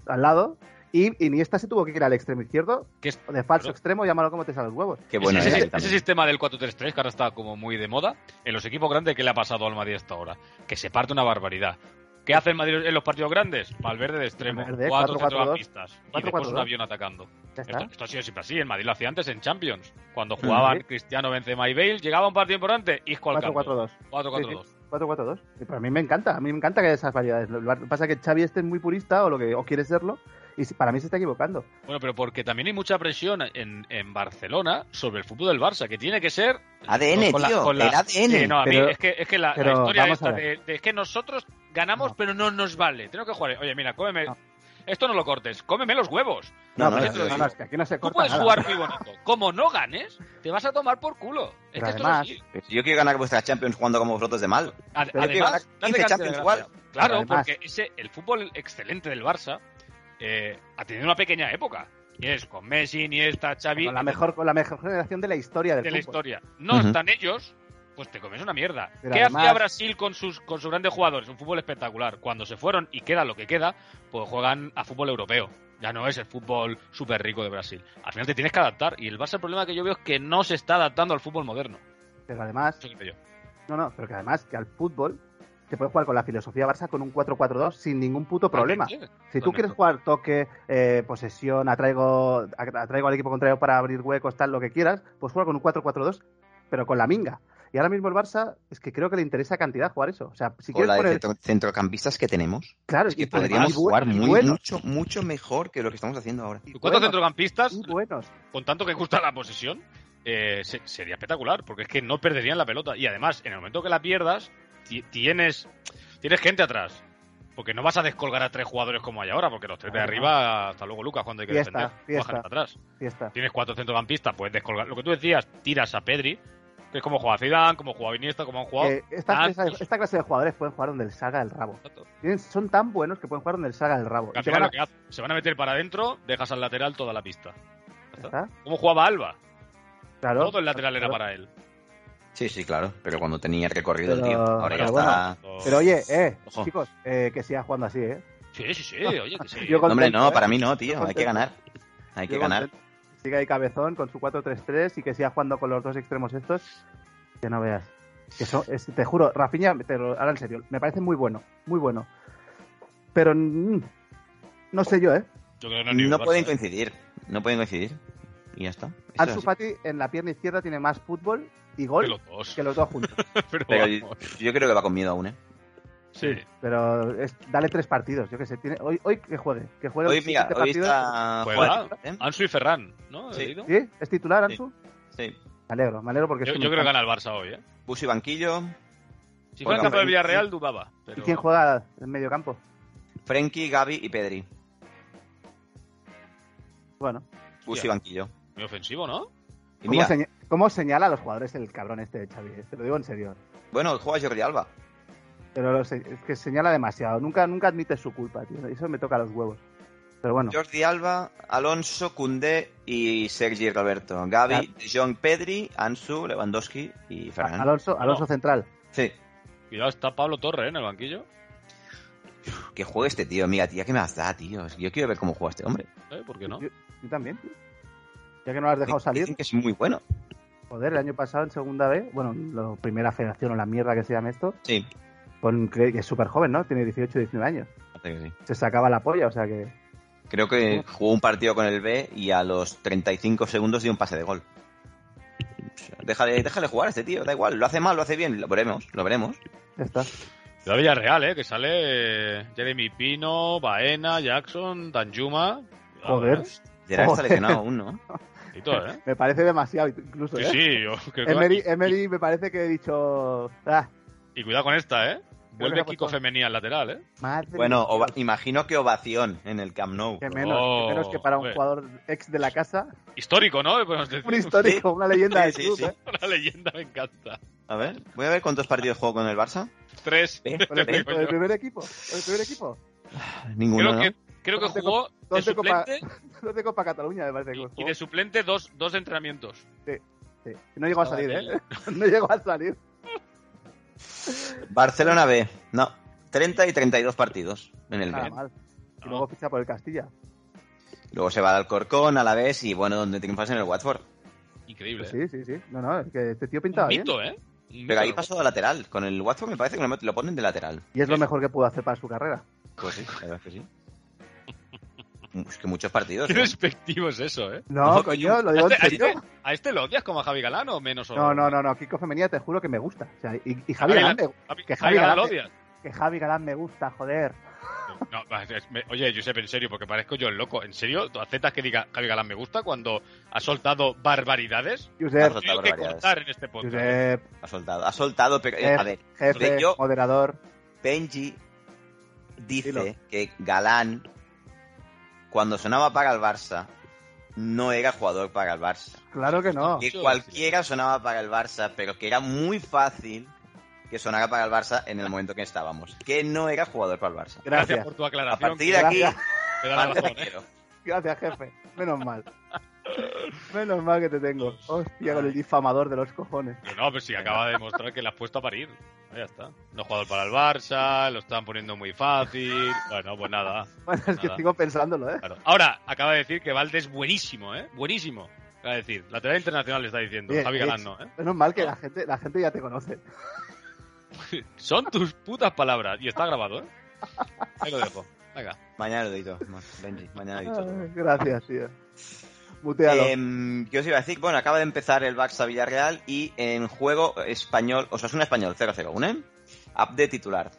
[SPEAKER 3] al lado. Y Iniesta se tuvo que ir al extremo izquierdo,
[SPEAKER 4] Que es-
[SPEAKER 3] o de falso
[SPEAKER 4] Claro.
[SPEAKER 3] extremo, llámalo como te sale los huevos.
[SPEAKER 1] Qué bueno
[SPEAKER 4] ese,
[SPEAKER 1] era
[SPEAKER 4] ese-
[SPEAKER 1] él también.
[SPEAKER 4] ese sistema del 4-3-3, que ahora está como muy de moda, en los equipos grandes, ¿qué le ha pasado al Madrid hasta ahora? Que se parte una barbaridad. ¿Qué hace el Madrid en los partidos grandes? Valverde de extremo,
[SPEAKER 3] Valverde,
[SPEAKER 4] cuatro
[SPEAKER 3] 4-4-2,
[SPEAKER 4] centrocampistas y
[SPEAKER 3] 4-4-2.
[SPEAKER 4] después un avión atacando.
[SPEAKER 3] Ya está.
[SPEAKER 4] Esto, esto ha sido siempre así. El Madrid lo hacía antes en Champions. Cuando jugaban Cristiano, Benzema y Bale, llegaba un partido importante, Isco al campo.
[SPEAKER 3] 4-4-2.
[SPEAKER 4] 4-4-2.
[SPEAKER 3] 4-4-2. Y Para mí me encanta, a mí me encanta que haya esas variedades. Lo lo que pasa es que Xavi este es muy purista o lo que o quiere serlo y si- para mí se está equivocando.
[SPEAKER 4] Bueno, pero porque también hay mucha presión en, en Barcelona sobre el fútbol del Barça, que tiene que ser.
[SPEAKER 1] ADN,
[SPEAKER 4] con la-
[SPEAKER 1] tío,
[SPEAKER 4] con la-
[SPEAKER 1] el ADN.
[SPEAKER 4] Sí, no, a mí
[SPEAKER 3] pero-
[SPEAKER 4] es que, es que la, la
[SPEAKER 3] pero
[SPEAKER 4] historia
[SPEAKER 3] vamos
[SPEAKER 4] esta
[SPEAKER 3] a
[SPEAKER 4] de, de es que nosotros ganamos,
[SPEAKER 3] No.
[SPEAKER 4] pero no nos vale. Tengo que jugar. Oye, mira, cómeme.
[SPEAKER 3] No.
[SPEAKER 4] Esto no lo cortes, cómeme los huevos.
[SPEAKER 1] No,
[SPEAKER 3] No,
[SPEAKER 1] no,
[SPEAKER 3] pero-
[SPEAKER 1] eso lo
[SPEAKER 3] no,
[SPEAKER 1] digo.
[SPEAKER 3] no, es que aquí no se
[SPEAKER 4] Tú
[SPEAKER 3] corta.
[SPEAKER 4] puedes
[SPEAKER 3] nada.
[SPEAKER 4] jugar muy bonito. Como no ganes, te vas a tomar por culo. Es
[SPEAKER 3] Pero
[SPEAKER 4] que esto
[SPEAKER 3] además-
[SPEAKER 4] es así.
[SPEAKER 1] Si yo quiero ganar vuestras Champions jugando como vosotros de mal.
[SPEAKER 4] Ad-
[SPEAKER 3] Pero
[SPEAKER 1] que
[SPEAKER 4] además,
[SPEAKER 1] ganar
[SPEAKER 4] date
[SPEAKER 1] 15
[SPEAKER 4] cante
[SPEAKER 1] Champions
[SPEAKER 4] de
[SPEAKER 1] igual.
[SPEAKER 4] gracia. Claro,
[SPEAKER 3] Pero además-
[SPEAKER 4] porque ese, el fútbol excelente del Barça eh, ha tenido una pequeña época. Y es con Messi, Iniesta, Xavi.
[SPEAKER 3] Con la mejor con la mejor generación de la historia del
[SPEAKER 4] de la
[SPEAKER 3] fútbol.
[SPEAKER 4] historia. No
[SPEAKER 1] Ujú.
[SPEAKER 4] están ellos, pues te comes una mierda.
[SPEAKER 3] Pero
[SPEAKER 4] ¿Qué hacía
[SPEAKER 3] además-
[SPEAKER 4] Brasil con sus, con sus grandes jugadores? Un fútbol espectacular. Cuando se fueron y queda lo que queda, pues juegan a fútbol europeo. Ya no es el fútbol súper rico de Brasil. Al final te tienes que adaptar. Y el Barça, el problema que yo veo es que no se está adaptando al fútbol moderno.
[SPEAKER 3] Pero además,
[SPEAKER 4] Eso creo yo.
[SPEAKER 3] no, no, pero que además que al fútbol te puedes jugar con la filosofía Barça con un 4-4-2 sin ningún puto problema. Si tú
[SPEAKER 4] Totalmente.
[SPEAKER 3] quieres jugar toque, eh, posesión, atraigo, atraigo al equipo contrario para abrir huecos, tal, lo que quieras, pues juega con un 4-4-2, pero con la minga. Y ahora mismo el Barça, es que creo que le interesa cantidad jugar eso. O sea, si
[SPEAKER 1] con
[SPEAKER 3] quieres
[SPEAKER 1] la de
[SPEAKER 3] poner...
[SPEAKER 1] centro- centrocampistas que tenemos.
[SPEAKER 3] Claro,
[SPEAKER 1] Es que
[SPEAKER 3] y pues,
[SPEAKER 1] podríamos
[SPEAKER 3] y bu-
[SPEAKER 1] jugar
[SPEAKER 3] y
[SPEAKER 1] muy-
[SPEAKER 3] buenos,
[SPEAKER 1] mucho, mucho mejor que lo que estamos haciendo ahora.
[SPEAKER 3] y
[SPEAKER 4] ¿Cuántos
[SPEAKER 3] buenos,
[SPEAKER 4] centrocampistas,
[SPEAKER 3] y buenos.
[SPEAKER 4] con tanto que gusta la posesión, eh, se- sería espectacular, porque es que no perderían la pelota. Y además, en el momento que la pierdas, ti- tienes, tienes gente atrás. Porque no vas a descolgar a tres jugadores como hay ahora, porque los tres de
[SPEAKER 3] Claro.
[SPEAKER 4] arriba, hasta luego Lucas, cuando hay que
[SPEAKER 3] Fiesta,
[SPEAKER 4] defender,
[SPEAKER 3] fiesta.
[SPEAKER 4] bajan atrás.
[SPEAKER 3] Fiesta.
[SPEAKER 4] Tienes cuatro centrocampistas, puedes descolgar. Lo que tú decías, tiras a Pedri, que es como juega Zidane, como juega Iniesta, como han jugado.
[SPEAKER 3] Eh, esta,
[SPEAKER 4] tantos.
[SPEAKER 3] esta- esta clase de jugadores pueden jugar donde les salga el rabo.
[SPEAKER 4] Exacto.
[SPEAKER 3] Tienen- son tan buenos que pueden jugar donde les salga el rabo.
[SPEAKER 4] Porque al
[SPEAKER 3] Y te
[SPEAKER 4] final
[SPEAKER 3] van a-
[SPEAKER 4] lo que hacen, se van a meter para adentro, dejas al lateral toda la pista.
[SPEAKER 3] Ya está,
[SPEAKER 4] ¿Cómo jugaba Alba?
[SPEAKER 3] Claro.
[SPEAKER 4] Todo el lateral era para él.
[SPEAKER 1] Sí, sí, claro. Pero cuando tenía el recorrido el
[SPEAKER 3] Pero-
[SPEAKER 1] tío. Ahora ya
[SPEAKER 3] pero
[SPEAKER 1] está.
[SPEAKER 3] Pero oye, eh,
[SPEAKER 1] Ojo.
[SPEAKER 3] chicos, eh, que siga jugando así, eh.
[SPEAKER 4] Sí, sí, sí, oye, que sí.
[SPEAKER 3] Yo
[SPEAKER 1] No, hombre,
[SPEAKER 3] contento,
[SPEAKER 1] no,
[SPEAKER 3] ¿eh?
[SPEAKER 1] para mí no, tío.
[SPEAKER 3] Yo
[SPEAKER 1] Hay que ganar. Hay que
[SPEAKER 3] Yo
[SPEAKER 1] ganar.
[SPEAKER 3] contento. Sigue ahí cabezón con su 4-3-3 y que siga jugando con los dos extremos estos. Que no veas. Que eso es- te juro, Rafinha, te lo- ahora en serio, me parece muy bueno, muy bueno. Pero mm, no sé yo, ¿eh?
[SPEAKER 4] Yo creo que es ni
[SPEAKER 1] No
[SPEAKER 4] el Barça,
[SPEAKER 1] pueden
[SPEAKER 4] ¿eh?
[SPEAKER 1] coincidir. No pueden coincidir. Y ya está. Eso es
[SPEAKER 3] Ansu
[SPEAKER 1] así.
[SPEAKER 3] Fati en la pierna izquierda tiene más fútbol y gol
[SPEAKER 4] Que los dos.
[SPEAKER 3] que los dos juntos.
[SPEAKER 4] Pero
[SPEAKER 1] Pero yo,
[SPEAKER 4] vamos,
[SPEAKER 1] yo creo que va con miedo aún, ¿eh?
[SPEAKER 4] sí.
[SPEAKER 3] Pero es- dale tres partidos, yo qué sé. Tiene, hoy, hoy que juegue, que juegue
[SPEAKER 1] Hoy,
[SPEAKER 3] los
[SPEAKER 1] mira,
[SPEAKER 3] siguientes
[SPEAKER 1] hoy
[SPEAKER 3] partidos.
[SPEAKER 1] está.
[SPEAKER 4] Juega.
[SPEAKER 1] Juan, ¿eh?
[SPEAKER 4] Ansu y Ferran, ¿no? ¿He
[SPEAKER 1] Sí.
[SPEAKER 4] leído?
[SPEAKER 3] ¿Sí? ¿Es titular, Ansu?
[SPEAKER 1] Sí.
[SPEAKER 3] Me alegro, me alegro porque...
[SPEAKER 4] Yo,
[SPEAKER 3] es
[SPEAKER 4] yo
[SPEAKER 3] me
[SPEAKER 4] creo que
[SPEAKER 3] encanta.
[SPEAKER 4] gana el Barça hoy, ¿eh?
[SPEAKER 1] Busi banquillo.
[SPEAKER 4] Si
[SPEAKER 1] Juega
[SPEAKER 4] fuera el campo del
[SPEAKER 1] Frenkie.
[SPEAKER 4] Villarreal, dudaba.
[SPEAKER 3] ¿Y
[SPEAKER 4] Pero...
[SPEAKER 3] quién juega en medio campo?
[SPEAKER 1] Frenkie, Gaby y Pedri.
[SPEAKER 3] Bueno,
[SPEAKER 1] Busi
[SPEAKER 4] Ya.
[SPEAKER 1] banquillo.
[SPEAKER 4] Muy ofensivo, ¿no?
[SPEAKER 1] Y
[SPEAKER 3] ¿cómo,
[SPEAKER 1] mira,
[SPEAKER 3] seña- cómo señala a los jugadores el cabrón este de Xavi? eh? Te lo digo en serio.
[SPEAKER 1] bueno, juega Jordi Alba.
[SPEAKER 3] Pero lo se- es que señala demasiado. Nunca, nunca admite su culpa, tío. Eso me toca los huevos. Pero bueno,
[SPEAKER 1] Jordi Alba, Alonso, Cundé y Sergi Roberto. Gaby, John Pedri, Ansu, Lewandowski y Ferran.
[SPEAKER 3] Alonso, Alonso central.
[SPEAKER 1] Sí.
[SPEAKER 4] Cuidado, está Pablo Torre ¿eh? en el banquillo.
[SPEAKER 1] Que juegue este tío, mira, tía, ¿qué más da, tío? Yo quiero ver cómo juega este hombre.
[SPEAKER 4] ¿Eh? ¿Por qué no?
[SPEAKER 3] Yo, yo también, tío. Ya que no lo has dejado
[SPEAKER 1] Dicen-
[SPEAKER 3] salir.
[SPEAKER 1] Dicen que es muy bueno.
[SPEAKER 3] Joder, el año pasado en segunda B, bueno, la primera federación o la mierda que se llame esto,
[SPEAKER 1] Sí,
[SPEAKER 3] con, que que es súper joven, ¿no? Tiene 18, 19 años.
[SPEAKER 1] parece que sí.
[SPEAKER 3] Se sacaba la polla, o sea que...
[SPEAKER 1] Creo que jugó un partido con el B y a los 35 segundos dio un pase de gol. O sea, Déjale, déjale jugar a este tío, da igual, lo hace mal, lo hace bien, lo veremos, lo veremos.
[SPEAKER 3] Ya está.
[SPEAKER 4] Cuidado Villarreal, ¿eh? Que sale eh, Jeremy Pino, Baena, Jackson, Danjuma. Cuidado,
[SPEAKER 3] Joder,
[SPEAKER 4] ¿eh?
[SPEAKER 1] Gerard está
[SPEAKER 3] Joder.
[SPEAKER 1] lesionado aún, ¿no?
[SPEAKER 4] Tito, ¿eh?
[SPEAKER 3] me parece demasiado incluso,
[SPEAKER 4] Sí,
[SPEAKER 3] ¿eh?
[SPEAKER 4] sí, yo creo que-
[SPEAKER 3] Emery, Emery me parece que he dicho... ah,
[SPEAKER 4] Y cuidado con esta, ¿eh?
[SPEAKER 3] que
[SPEAKER 4] Vuelve
[SPEAKER 3] se ha
[SPEAKER 4] Kiko
[SPEAKER 3] puesto-
[SPEAKER 4] Femenía al lateral, ¿eh?
[SPEAKER 3] madre
[SPEAKER 1] Bueno,
[SPEAKER 3] mía,
[SPEAKER 1] ova- imagino que ovación en el Camp Nou.
[SPEAKER 3] Que menos,
[SPEAKER 4] Oh,
[SPEAKER 3] que menos que para un
[SPEAKER 4] hombre.
[SPEAKER 3] jugador ex de la casa.
[SPEAKER 4] Histórico, ¿no? Podemos decir.
[SPEAKER 3] Un histórico, una leyenda del
[SPEAKER 1] Sí, sí,
[SPEAKER 3] club,
[SPEAKER 1] sí.
[SPEAKER 3] ¿eh?
[SPEAKER 4] Una leyenda, me encanta.
[SPEAKER 1] A ver, voy a ver cuántos partidos juego con el Barça.
[SPEAKER 4] Tres.
[SPEAKER 1] Ve,
[SPEAKER 3] Con el,
[SPEAKER 1] ve.
[SPEAKER 3] con el primer equipo. Con el primer equipo.
[SPEAKER 1] Ninguno,
[SPEAKER 4] Creo
[SPEAKER 1] ¿no?
[SPEAKER 4] que, creo que
[SPEAKER 3] ¿Dónde
[SPEAKER 4] jugó de
[SPEAKER 3] dónde copa-
[SPEAKER 4] suplente
[SPEAKER 3] No tengo para Cataluña, me parece. que
[SPEAKER 4] y, y
[SPEAKER 3] jugó.
[SPEAKER 4] de suplente dos, dos entrenamientos.
[SPEAKER 3] Sí. No llegó a salir,
[SPEAKER 4] Chaval,
[SPEAKER 3] ¿eh? No llegó a salir.
[SPEAKER 1] Barcelona B, no. 30 y 32 partidos en el
[SPEAKER 3] Nada
[SPEAKER 1] B.
[SPEAKER 3] mal. Y
[SPEAKER 4] No.
[SPEAKER 3] luego ficha por el Castilla.
[SPEAKER 1] Luego se va al Alcorcón, a la vez y bueno, donde triunfas en el Watford.
[SPEAKER 4] Increíble. ¿eh?
[SPEAKER 3] Sí, sí, sí. No, no, es que este tío
[SPEAKER 4] Un
[SPEAKER 3] pintaba bien.
[SPEAKER 4] mito, ¿eh? Un
[SPEAKER 1] Pero ahí
[SPEAKER 4] mito.
[SPEAKER 1] pasó de lateral. Con el Watford me parece que lo met- lo ponen de lateral.
[SPEAKER 3] Y es lo mejor que pudo hacer para su carrera.
[SPEAKER 1] Pues sí, la verdad es que sí. Es que muchos partidos.
[SPEAKER 4] Qué
[SPEAKER 1] ¿eh?
[SPEAKER 4] despectivo es eso, ¿eh?
[SPEAKER 3] No,
[SPEAKER 4] No,
[SPEAKER 3] coño,
[SPEAKER 4] coño.
[SPEAKER 3] lo digo en
[SPEAKER 4] Este-
[SPEAKER 3] serio.
[SPEAKER 4] ¿A este lo odias como a Javi Galán o menos? o-
[SPEAKER 3] No, no, no, no. Kiko Femenía te juro que me gusta. O sea, y, y Javi
[SPEAKER 4] Javi
[SPEAKER 3] Galán, me-
[SPEAKER 4] Javi-
[SPEAKER 3] que
[SPEAKER 4] Javi
[SPEAKER 3] Javi
[SPEAKER 4] Galán lo
[SPEAKER 3] Galán-
[SPEAKER 4] odias.
[SPEAKER 3] que Javi Galán me gusta, joder.
[SPEAKER 4] No, va, es- me- oye, Josep, en serio, porque parezco yo el loco. ¿En serio? ¿Tú aceptas que diga Javi Galán me gusta cuando ha soltado barbaridades?
[SPEAKER 3] Josep,
[SPEAKER 1] Has soltado
[SPEAKER 4] Tengo que
[SPEAKER 1] barbaridades.
[SPEAKER 4] cortar en este podcast.
[SPEAKER 3] Josep,
[SPEAKER 1] Ha soltado, ha soltado, pero eh, a
[SPEAKER 3] jefe,
[SPEAKER 1] ver,
[SPEAKER 3] jefe,
[SPEAKER 1] yo-
[SPEAKER 3] moderador.
[SPEAKER 1] Benji dice
[SPEAKER 3] Dilo.
[SPEAKER 1] que Galán, cuando sonaba para el Barça, no era jugador para el Barça.
[SPEAKER 3] Claro que no.
[SPEAKER 1] Que
[SPEAKER 4] Mucho
[SPEAKER 1] cualquiera sonaba para el Barça, pero que era muy fácil que sonara para el Barça en el momento que estábamos. Que no era jugador para el Barça.
[SPEAKER 4] Gracias.
[SPEAKER 3] Gracias.
[SPEAKER 4] por tu
[SPEAKER 1] A
[SPEAKER 4] aclaración.
[SPEAKER 1] partir de aquí,
[SPEAKER 3] Gracias.
[SPEAKER 4] Me da la
[SPEAKER 1] Marta, te
[SPEAKER 4] razón, ¿eh?
[SPEAKER 1] quiero.
[SPEAKER 3] Gracias, jefe. Menos mal. Menos mal que te tengo. Hostia, con el
[SPEAKER 4] Ay.
[SPEAKER 3] difamador de los cojones.
[SPEAKER 4] Pero no, pero si acaba de demostrar que la has puesto a parir. Ya está. No ha jugado para el Barça, lo están poniendo muy fácil. Bueno, pues nada.
[SPEAKER 3] Bueno, es que
[SPEAKER 4] Nada.
[SPEAKER 3] sigo pensándolo, ¿eh?
[SPEAKER 4] Claro. Ahora, acaba de decir que Valde es buenísimo, ¿eh? Buenísimo. Acaba de decir. Lateral internacional le está diciendo.
[SPEAKER 3] Bien,
[SPEAKER 4] Javi Galán
[SPEAKER 3] ex.
[SPEAKER 4] no, ¿eh?
[SPEAKER 3] Menos mal que la gente, la gente ya te conoce.
[SPEAKER 4] Son tus putas palabras. Y está grabado, ¿eh? Ahí lo dejo. Venga.
[SPEAKER 1] Mañana lo edito, Benji, mañana lo edito.
[SPEAKER 3] Ay, Gracias, tío. Mutealo.
[SPEAKER 4] Eh,
[SPEAKER 1] Em, ¿Qué os iba a decir? Bueno, acaba de empezar el Barça Villarreal y en juego español, Osasuna español, 0-0, ¿une? em, Abde titular.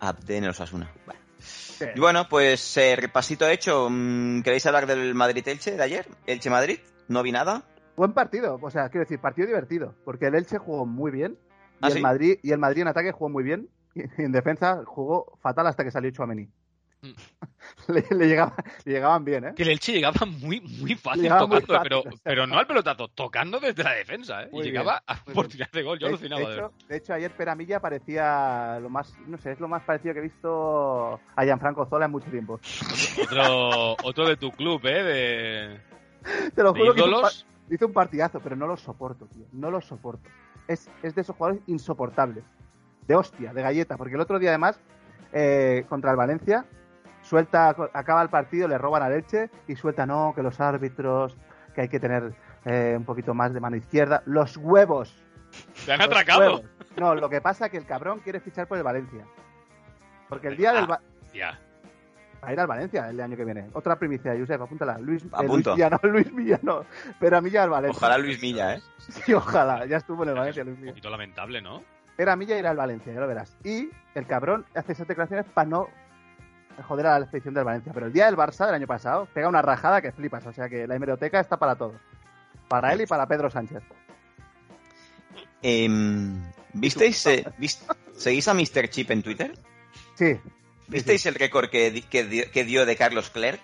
[SPEAKER 1] Abde en el Osasuna. Bueno.
[SPEAKER 3] Sí.
[SPEAKER 1] Y bueno, pues eh, repasito hecho. Mm, ¿Queréis hablar del Madrid-Elche de ayer? ¿Elche-Madrid? No vi nada.
[SPEAKER 3] Buen partido, o sea, quiero decir, partido divertido, porque el Elche jugó muy bien y,
[SPEAKER 1] ¿Ah,
[SPEAKER 3] el,
[SPEAKER 1] sí?
[SPEAKER 3] Madrid, y el Madrid en ataque jugó muy bien y en defensa jugó fatal hasta que salió Chuamení.
[SPEAKER 4] Mm.
[SPEAKER 3] le, le llegaba- le llegaban bien, ¿eh?
[SPEAKER 4] Que el Elche llegaba muy, muy fácil
[SPEAKER 3] Llegaba muy
[SPEAKER 4] tocando,
[SPEAKER 3] fácil,
[SPEAKER 4] pero, pero no al pelotazo, tocando desde la defensa, ¿eh? Y
[SPEAKER 3] Muy bien.
[SPEAKER 4] llegaba a
[SPEAKER 3] bien.
[SPEAKER 4] oportunidad de gol. Yo
[SPEAKER 3] de,
[SPEAKER 4] alucinaba
[SPEAKER 3] de
[SPEAKER 4] de
[SPEAKER 3] hecho,
[SPEAKER 4] verdad.
[SPEAKER 3] de hecho, ayer Peramilla parecía lo más, no sé, es lo más parecido que he visto a Gianfranco Zola en mucho tiempo.
[SPEAKER 4] Otro, otro de tu club, ¿eh? De,
[SPEAKER 3] Te lo
[SPEAKER 4] de
[SPEAKER 3] juro que hizo un pa-
[SPEAKER 4] ídolos.
[SPEAKER 3] Hizo un partidazo, pero no lo soporto, tío. No lo soporto. Es, es de esos jugadores insoportables. De hostia, de galleta. Porque el otro día, además, eh, contra el Valencia, suelta, acaba el partido, le roban a leche y suelta, no, que los árbitros, que hay que tener eh, un poquito más de mano izquierda. ¡Los huevos!
[SPEAKER 4] Te han
[SPEAKER 3] los
[SPEAKER 4] atracado.
[SPEAKER 3] huevos. No, lo que pasa es que el cabrón quiere fichar por el Valencia. Porque el día
[SPEAKER 1] Ah.
[SPEAKER 3] del. Va
[SPEAKER 4] Ya.
[SPEAKER 3] va a ir al Valencia el año que viene. Otra primicia, Josep, apúntala. Luis, eh, Luis
[SPEAKER 1] Apunto.
[SPEAKER 3] Villano, Luis Villano. Pero a mí ya al Valencia.
[SPEAKER 1] Ojalá Luis Milla, ¿eh?
[SPEAKER 3] Sí, ojalá, ya estuvo en el
[SPEAKER 4] Es
[SPEAKER 3] Valencia.
[SPEAKER 4] un poquito lamentable, ¿no?
[SPEAKER 3] Era Milla y era el Valencia, ya lo verás. Y el cabrón hace esas declaraciones para no joder a la selección del Valencia. Pero el día del Barça del año pasado pega una rajada que flipas. O sea que la hemeroteca está para todo. Para él y para Pedro Sánchez.
[SPEAKER 1] Em, ¿Visteis, eh, vis- ¿Seguís a Mr. Chip en Twitter?
[SPEAKER 3] Sí,
[SPEAKER 1] ¿Visteis el récord que, di- que di- que dio de Carlos Clerc?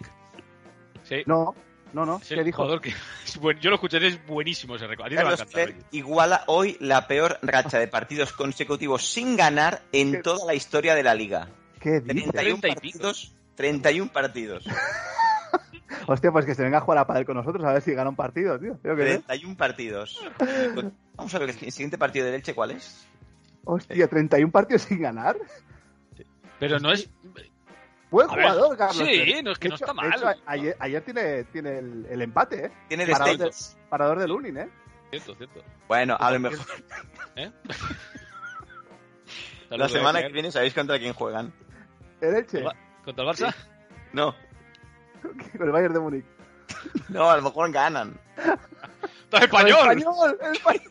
[SPEAKER 4] Sí.
[SPEAKER 3] no, no, no.
[SPEAKER 4] Es
[SPEAKER 3] ¿Qué
[SPEAKER 4] el
[SPEAKER 3] dijo?
[SPEAKER 4] jugador que es buen- yo lo escuché, es buenísimo ese récord. A ti te va a
[SPEAKER 1] Carlos
[SPEAKER 4] encantar.
[SPEAKER 1] Clerc iguala hoy la peor racha de partidos consecutivos sin ganar en
[SPEAKER 3] ¿Qué?
[SPEAKER 1] toda la historia de la liga.
[SPEAKER 3] ¿Qué dice?
[SPEAKER 1] 31
[SPEAKER 4] Treinta y pico.
[SPEAKER 1] partidos, 31 partidos.
[SPEAKER 3] Hostia, pues que se venga a jugar a pádel con nosotros a ver si gana un partido, tío. Yo qué sé.
[SPEAKER 1] 31 partidos. Vamos a ver, ¿el siguiente partido del Elche cuál es?
[SPEAKER 3] Hostia, 31 partidos sin ganar.
[SPEAKER 4] Pero no es.
[SPEAKER 3] Buen
[SPEAKER 4] A ver,
[SPEAKER 3] jugador, Carlos.
[SPEAKER 4] sí, no, es que
[SPEAKER 3] De
[SPEAKER 4] no
[SPEAKER 3] hecho-
[SPEAKER 4] está
[SPEAKER 3] de hecho,
[SPEAKER 4] mal.
[SPEAKER 3] ayer, ayer tiene, tiene el, el empate, ¿eh?
[SPEAKER 1] Tiene
[SPEAKER 3] Parador
[SPEAKER 1] destellos.
[SPEAKER 3] de- Parador de Lunin, ¿eh?
[SPEAKER 4] Cierto, cierto.
[SPEAKER 1] Bueno, a lo mejor
[SPEAKER 4] ¿Eh?
[SPEAKER 1] la
[SPEAKER 4] Saludos,
[SPEAKER 1] semana que
[SPEAKER 4] Iker.
[SPEAKER 1] viene sabéis contra quién juegan.
[SPEAKER 3] El Elche,
[SPEAKER 4] ¿Contra el Barça?
[SPEAKER 1] No,
[SPEAKER 3] con el Bayern de Múnich.
[SPEAKER 1] no, a lo mejor ganan.
[SPEAKER 4] ¡Está español!
[SPEAKER 3] ¡Español! ¡El español!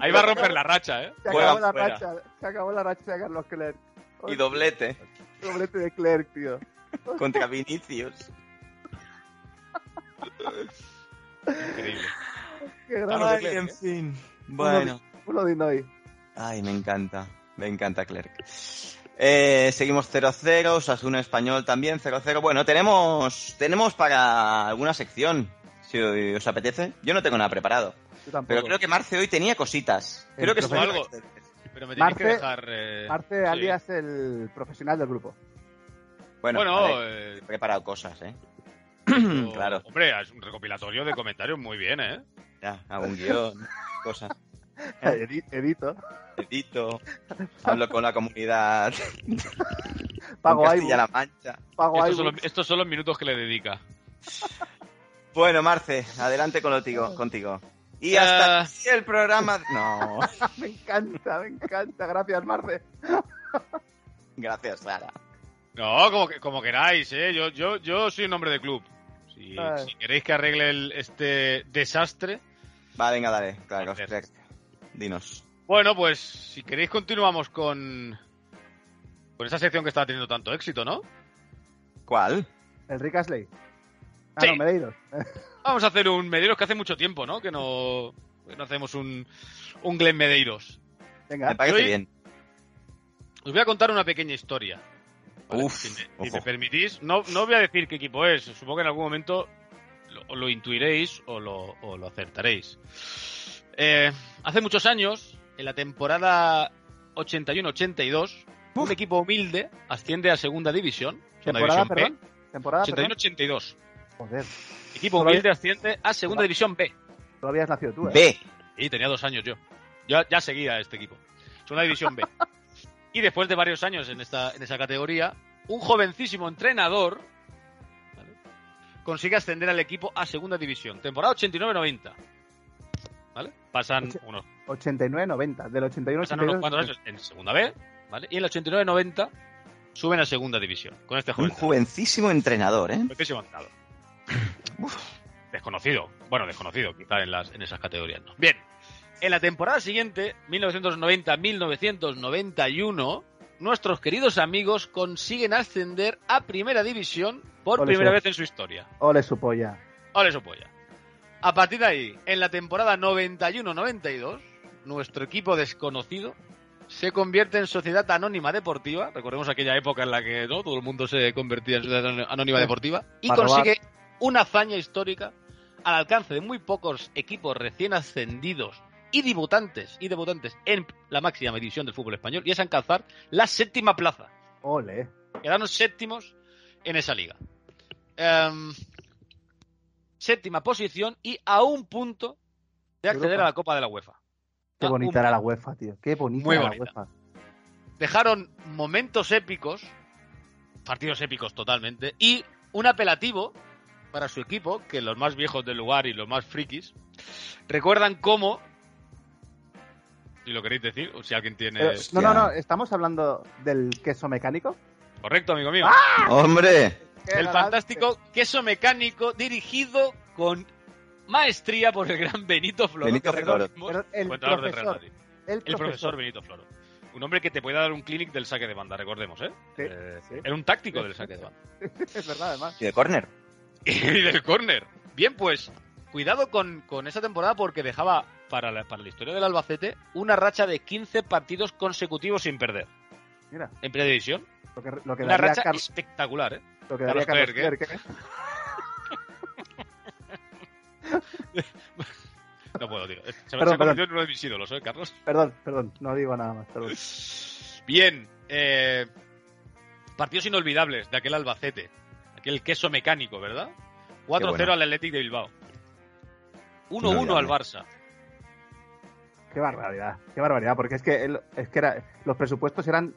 [SPEAKER 4] Ahí va a romper la racha, ¿eh?
[SPEAKER 3] Se
[SPEAKER 1] Juega
[SPEAKER 3] acabó la
[SPEAKER 1] fuera.
[SPEAKER 3] racha, se acabó la racha de Carlos Clerc.
[SPEAKER 1] Y doblete
[SPEAKER 3] Doblete de Clerc, tío.
[SPEAKER 1] contra Vinicius.
[SPEAKER 4] Increíble.
[SPEAKER 3] Qué
[SPEAKER 4] Ah, no,
[SPEAKER 3] gran
[SPEAKER 4] de
[SPEAKER 1] Ay,
[SPEAKER 4] Clerc,
[SPEAKER 1] en
[SPEAKER 4] ¿eh?
[SPEAKER 1] fin. Bueno.
[SPEAKER 3] uno de Innoy.
[SPEAKER 1] Ay, me encanta. Me encanta Clerc. Eh, seguimos 0-0, Sasuna Español también 0-0. Bueno, tenemos, tenemos para alguna sección, si os apetece. Yo no tengo nada preparado,
[SPEAKER 3] Yo tampoco.
[SPEAKER 1] pero creo que Marce hoy tenía cositas. Creo que
[SPEAKER 3] El
[SPEAKER 1] es
[SPEAKER 4] profe-
[SPEAKER 1] algo.
[SPEAKER 4] Pero me tenéis que
[SPEAKER 3] Marce-
[SPEAKER 4] dejar. eh,
[SPEAKER 3] Marte
[SPEAKER 4] sí.
[SPEAKER 3] alias el profesional del grupo.
[SPEAKER 1] Bueno, a
[SPEAKER 4] Bueno,
[SPEAKER 1] ver,
[SPEAKER 4] eh,
[SPEAKER 1] he preparado cosas, ¿eh?
[SPEAKER 4] pero-
[SPEAKER 1] claro,
[SPEAKER 4] Hombre, es un recopilatorio de comentarios muy bien, ¿eh?
[SPEAKER 1] ya, hago un guión, cosas.
[SPEAKER 3] Edi- Edito.
[SPEAKER 1] Edito, hablo con la comunidad.
[SPEAKER 3] Pago
[SPEAKER 1] con
[SPEAKER 3] iBooks.
[SPEAKER 1] Castilla-La Mancha.
[SPEAKER 3] Pago
[SPEAKER 4] Estos son, los,
[SPEAKER 3] iBooks.
[SPEAKER 4] estos son los minutos que le dedica.
[SPEAKER 1] Bueno, Marce, adelante con lo tigo- contigo. Y hasta
[SPEAKER 4] Ah.
[SPEAKER 1] aquí el programa. No,
[SPEAKER 3] Me encanta, me encanta. Gracias, Marte.
[SPEAKER 1] gracias, Sara.
[SPEAKER 4] No, como, que, como queráis, ¿eh? Yo, yo, yo soy un hombre de club. Si,
[SPEAKER 3] Ah.
[SPEAKER 4] si queréis que arregle el- este desastre.
[SPEAKER 1] Va, venga, dale. Claro,
[SPEAKER 4] Gracias.
[SPEAKER 1] Clerc. Dinos.
[SPEAKER 4] Bueno, pues si queréis continuamos con. Con esa sección que está teniendo tanto éxito, ¿no?
[SPEAKER 1] ¿Cuál?
[SPEAKER 3] El Rick Astley. Ah,
[SPEAKER 4] Sí.
[SPEAKER 3] no, Medeiros.
[SPEAKER 4] Vamos a hacer un Medeiros que hace mucho tiempo, ¿no? Que no, que no hacemos un, un Glen Medeiros.
[SPEAKER 1] Me
[SPEAKER 3] Venga.
[SPEAKER 1] parece
[SPEAKER 4] Yo-
[SPEAKER 1] bien.
[SPEAKER 4] Os voy a contar una pequeña historia. ¿vale?
[SPEAKER 1] Uf,
[SPEAKER 4] si me, si
[SPEAKER 1] ojo.
[SPEAKER 4] me permitís, no, no voy a decir qué equipo es. Supongo que en algún momento lo, o lo intuiréis o lo, o lo acertaréis. Eh, hace muchos años, en la temporada 81-82, un equipo humilde asciende a segunda división. Segunda
[SPEAKER 3] Temporada,
[SPEAKER 4] división
[SPEAKER 3] perdón. Temporada,
[SPEAKER 4] B.
[SPEAKER 3] Ah, perdón.
[SPEAKER 4] 81-82.
[SPEAKER 3] Joder,
[SPEAKER 4] Equipo
[SPEAKER 3] Todavía-
[SPEAKER 4] humilde asciende a segunda división B.
[SPEAKER 3] todavía has nacido tú, ¿eh?
[SPEAKER 1] B.
[SPEAKER 4] Y tenía dos años yo. Yo ya seguía este equipo. Es una división B. Y después de varios años en, esta, en esa categoría, un jovencísimo entrenador ¿vale? consigue ascender al equipo a segunda división. Temporada 89-90. ¿Vale? Pasan
[SPEAKER 3] Ocho-
[SPEAKER 4] unos,
[SPEAKER 3] 89-90. Del 81
[SPEAKER 4] pasan unos cuantos
[SPEAKER 3] 82
[SPEAKER 4] años en segunda B. ¿vale? Y en el 89-90 suben a segunda división. Con este
[SPEAKER 1] Un
[SPEAKER 4] joven.
[SPEAKER 1] jovencísimo entrenador, ¿eh?
[SPEAKER 4] Jovencísimo entrenador. Desconocido. Bueno, desconocido, quizá en, las, en esas categorías no. Bien. En la temporada siguiente, 1990-1991, nuestros queridos amigos consiguen ascender a Primera División por
[SPEAKER 3] Ole,
[SPEAKER 4] primera
[SPEAKER 3] sí.
[SPEAKER 4] vez en su historia.
[SPEAKER 3] Ole su polla.
[SPEAKER 4] Ole su polla. A partir de ahí, en la temporada 91-92, nuestro equipo desconocido se convierte en Sociedad Anónima Deportiva. Recordemos aquella época en la que ¿no? todo el mundo se convertía en Sociedad Ano- Anónima
[SPEAKER 3] Sí.
[SPEAKER 4] Deportiva. Y
[SPEAKER 3] Para robar.
[SPEAKER 4] consigue una hazaña histórica al alcance de muy pocos equipos recién ascendidos y debutantes, y debutantes en la máxima división del fútbol español, y es alcanzar la séptima plaza
[SPEAKER 3] Ole.
[SPEAKER 4] quedaron séptimos en esa liga. Em, séptima posición y a un punto de acceder
[SPEAKER 3] Europa.
[SPEAKER 4] a la Copa de la UEFA.
[SPEAKER 3] Qué
[SPEAKER 4] A Ah, un
[SPEAKER 3] bonita era la UEFA, tío. Qué bonita
[SPEAKER 4] Muy
[SPEAKER 3] era la
[SPEAKER 4] bonita. Eh,
[SPEAKER 3] UEFA.
[SPEAKER 4] dejaron momentos épicos, partidos épicos totalmente, y un apelativo para su equipo, que los más viejos del lugar y los más frikis recuerdan cómo. Si lo queréis decir, o si alguien tiene.
[SPEAKER 3] Pero- no, no, no. Estamos hablando del queso mecánico.
[SPEAKER 4] Correcto, amigo
[SPEAKER 3] Ah,
[SPEAKER 4] mío.
[SPEAKER 1] ¡Hombre!
[SPEAKER 3] Qué
[SPEAKER 4] El
[SPEAKER 3] grande.
[SPEAKER 4] fantástico queso mecánico dirigido con maestría por el gran Benito Floro.
[SPEAKER 1] Benito
[SPEAKER 4] que recordemos
[SPEAKER 3] Pero eh, el
[SPEAKER 4] fue entrenador del Real
[SPEAKER 3] profesor,
[SPEAKER 4] Madrid.
[SPEAKER 3] El
[SPEAKER 4] El profesor Benito Floro. Un hombre que te puede dar un clinic del saque de banda, recordemos, ¿eh?
[SPEAKER 3] Sí,
[SPEAKER 4] Eh,
[SPEAKER 3] sí.
[SPEAKER 4] Era un táctico del saque de banda.
[SPEAKER 3] Es verdad, además.
[SPEAKER 1] Y de córner.
[SPEAKER 4] y del córner. Bien, pues, cuidado con, con esa temporada porque dejaba para la, para la historia del Albacete una racha de 15 partidos consecutivos sin perder.
[SPEAKER 3] Mira,
[SPEAKER 4] En primera división.
[SPEAKER 3] lo que, lo que
[SPEAKER 4] Una
[SPEAKER 3] daría,
[SPEAKER 4] racha
[SPEAKER 3] Car-
[SPEAKER 4] espectacular, ¿eh?
[SPEAKER 3] lo que daría
[SPEAKER 4] Carlos
[SPEAKER 3] Carlos
[SPEAKER 4] Clerc,
[SPEAKER 3] Clerc, ¿eh?
[SPEAKER 4] No puedo, tío. Se me- Se,
[SPEAKER 3] Perdón,
[SPEAKER 4] ha convertido en uno de mis ídolos, ¿eh, Carlos?
[SPEAKER 3] Perdón, perdón. No digo nada más. perdón.
[SPEAKER 4] Bien, eh, Partidos inolvidables de aquel Albacete. Aquel queso mecánico, ¿verdad? 4-0
[SPEAKER 1] bueno.
[SPEAKER 4] al Athletic de Bilbao. 1-1 al
[SPEAKER 1] Inolvidable.
[SPEAKER 4] Barça.
[SPEAKER 3] Qué barbaridad, qué barbaridad, porque es que, el- es que era, los presupuestos eran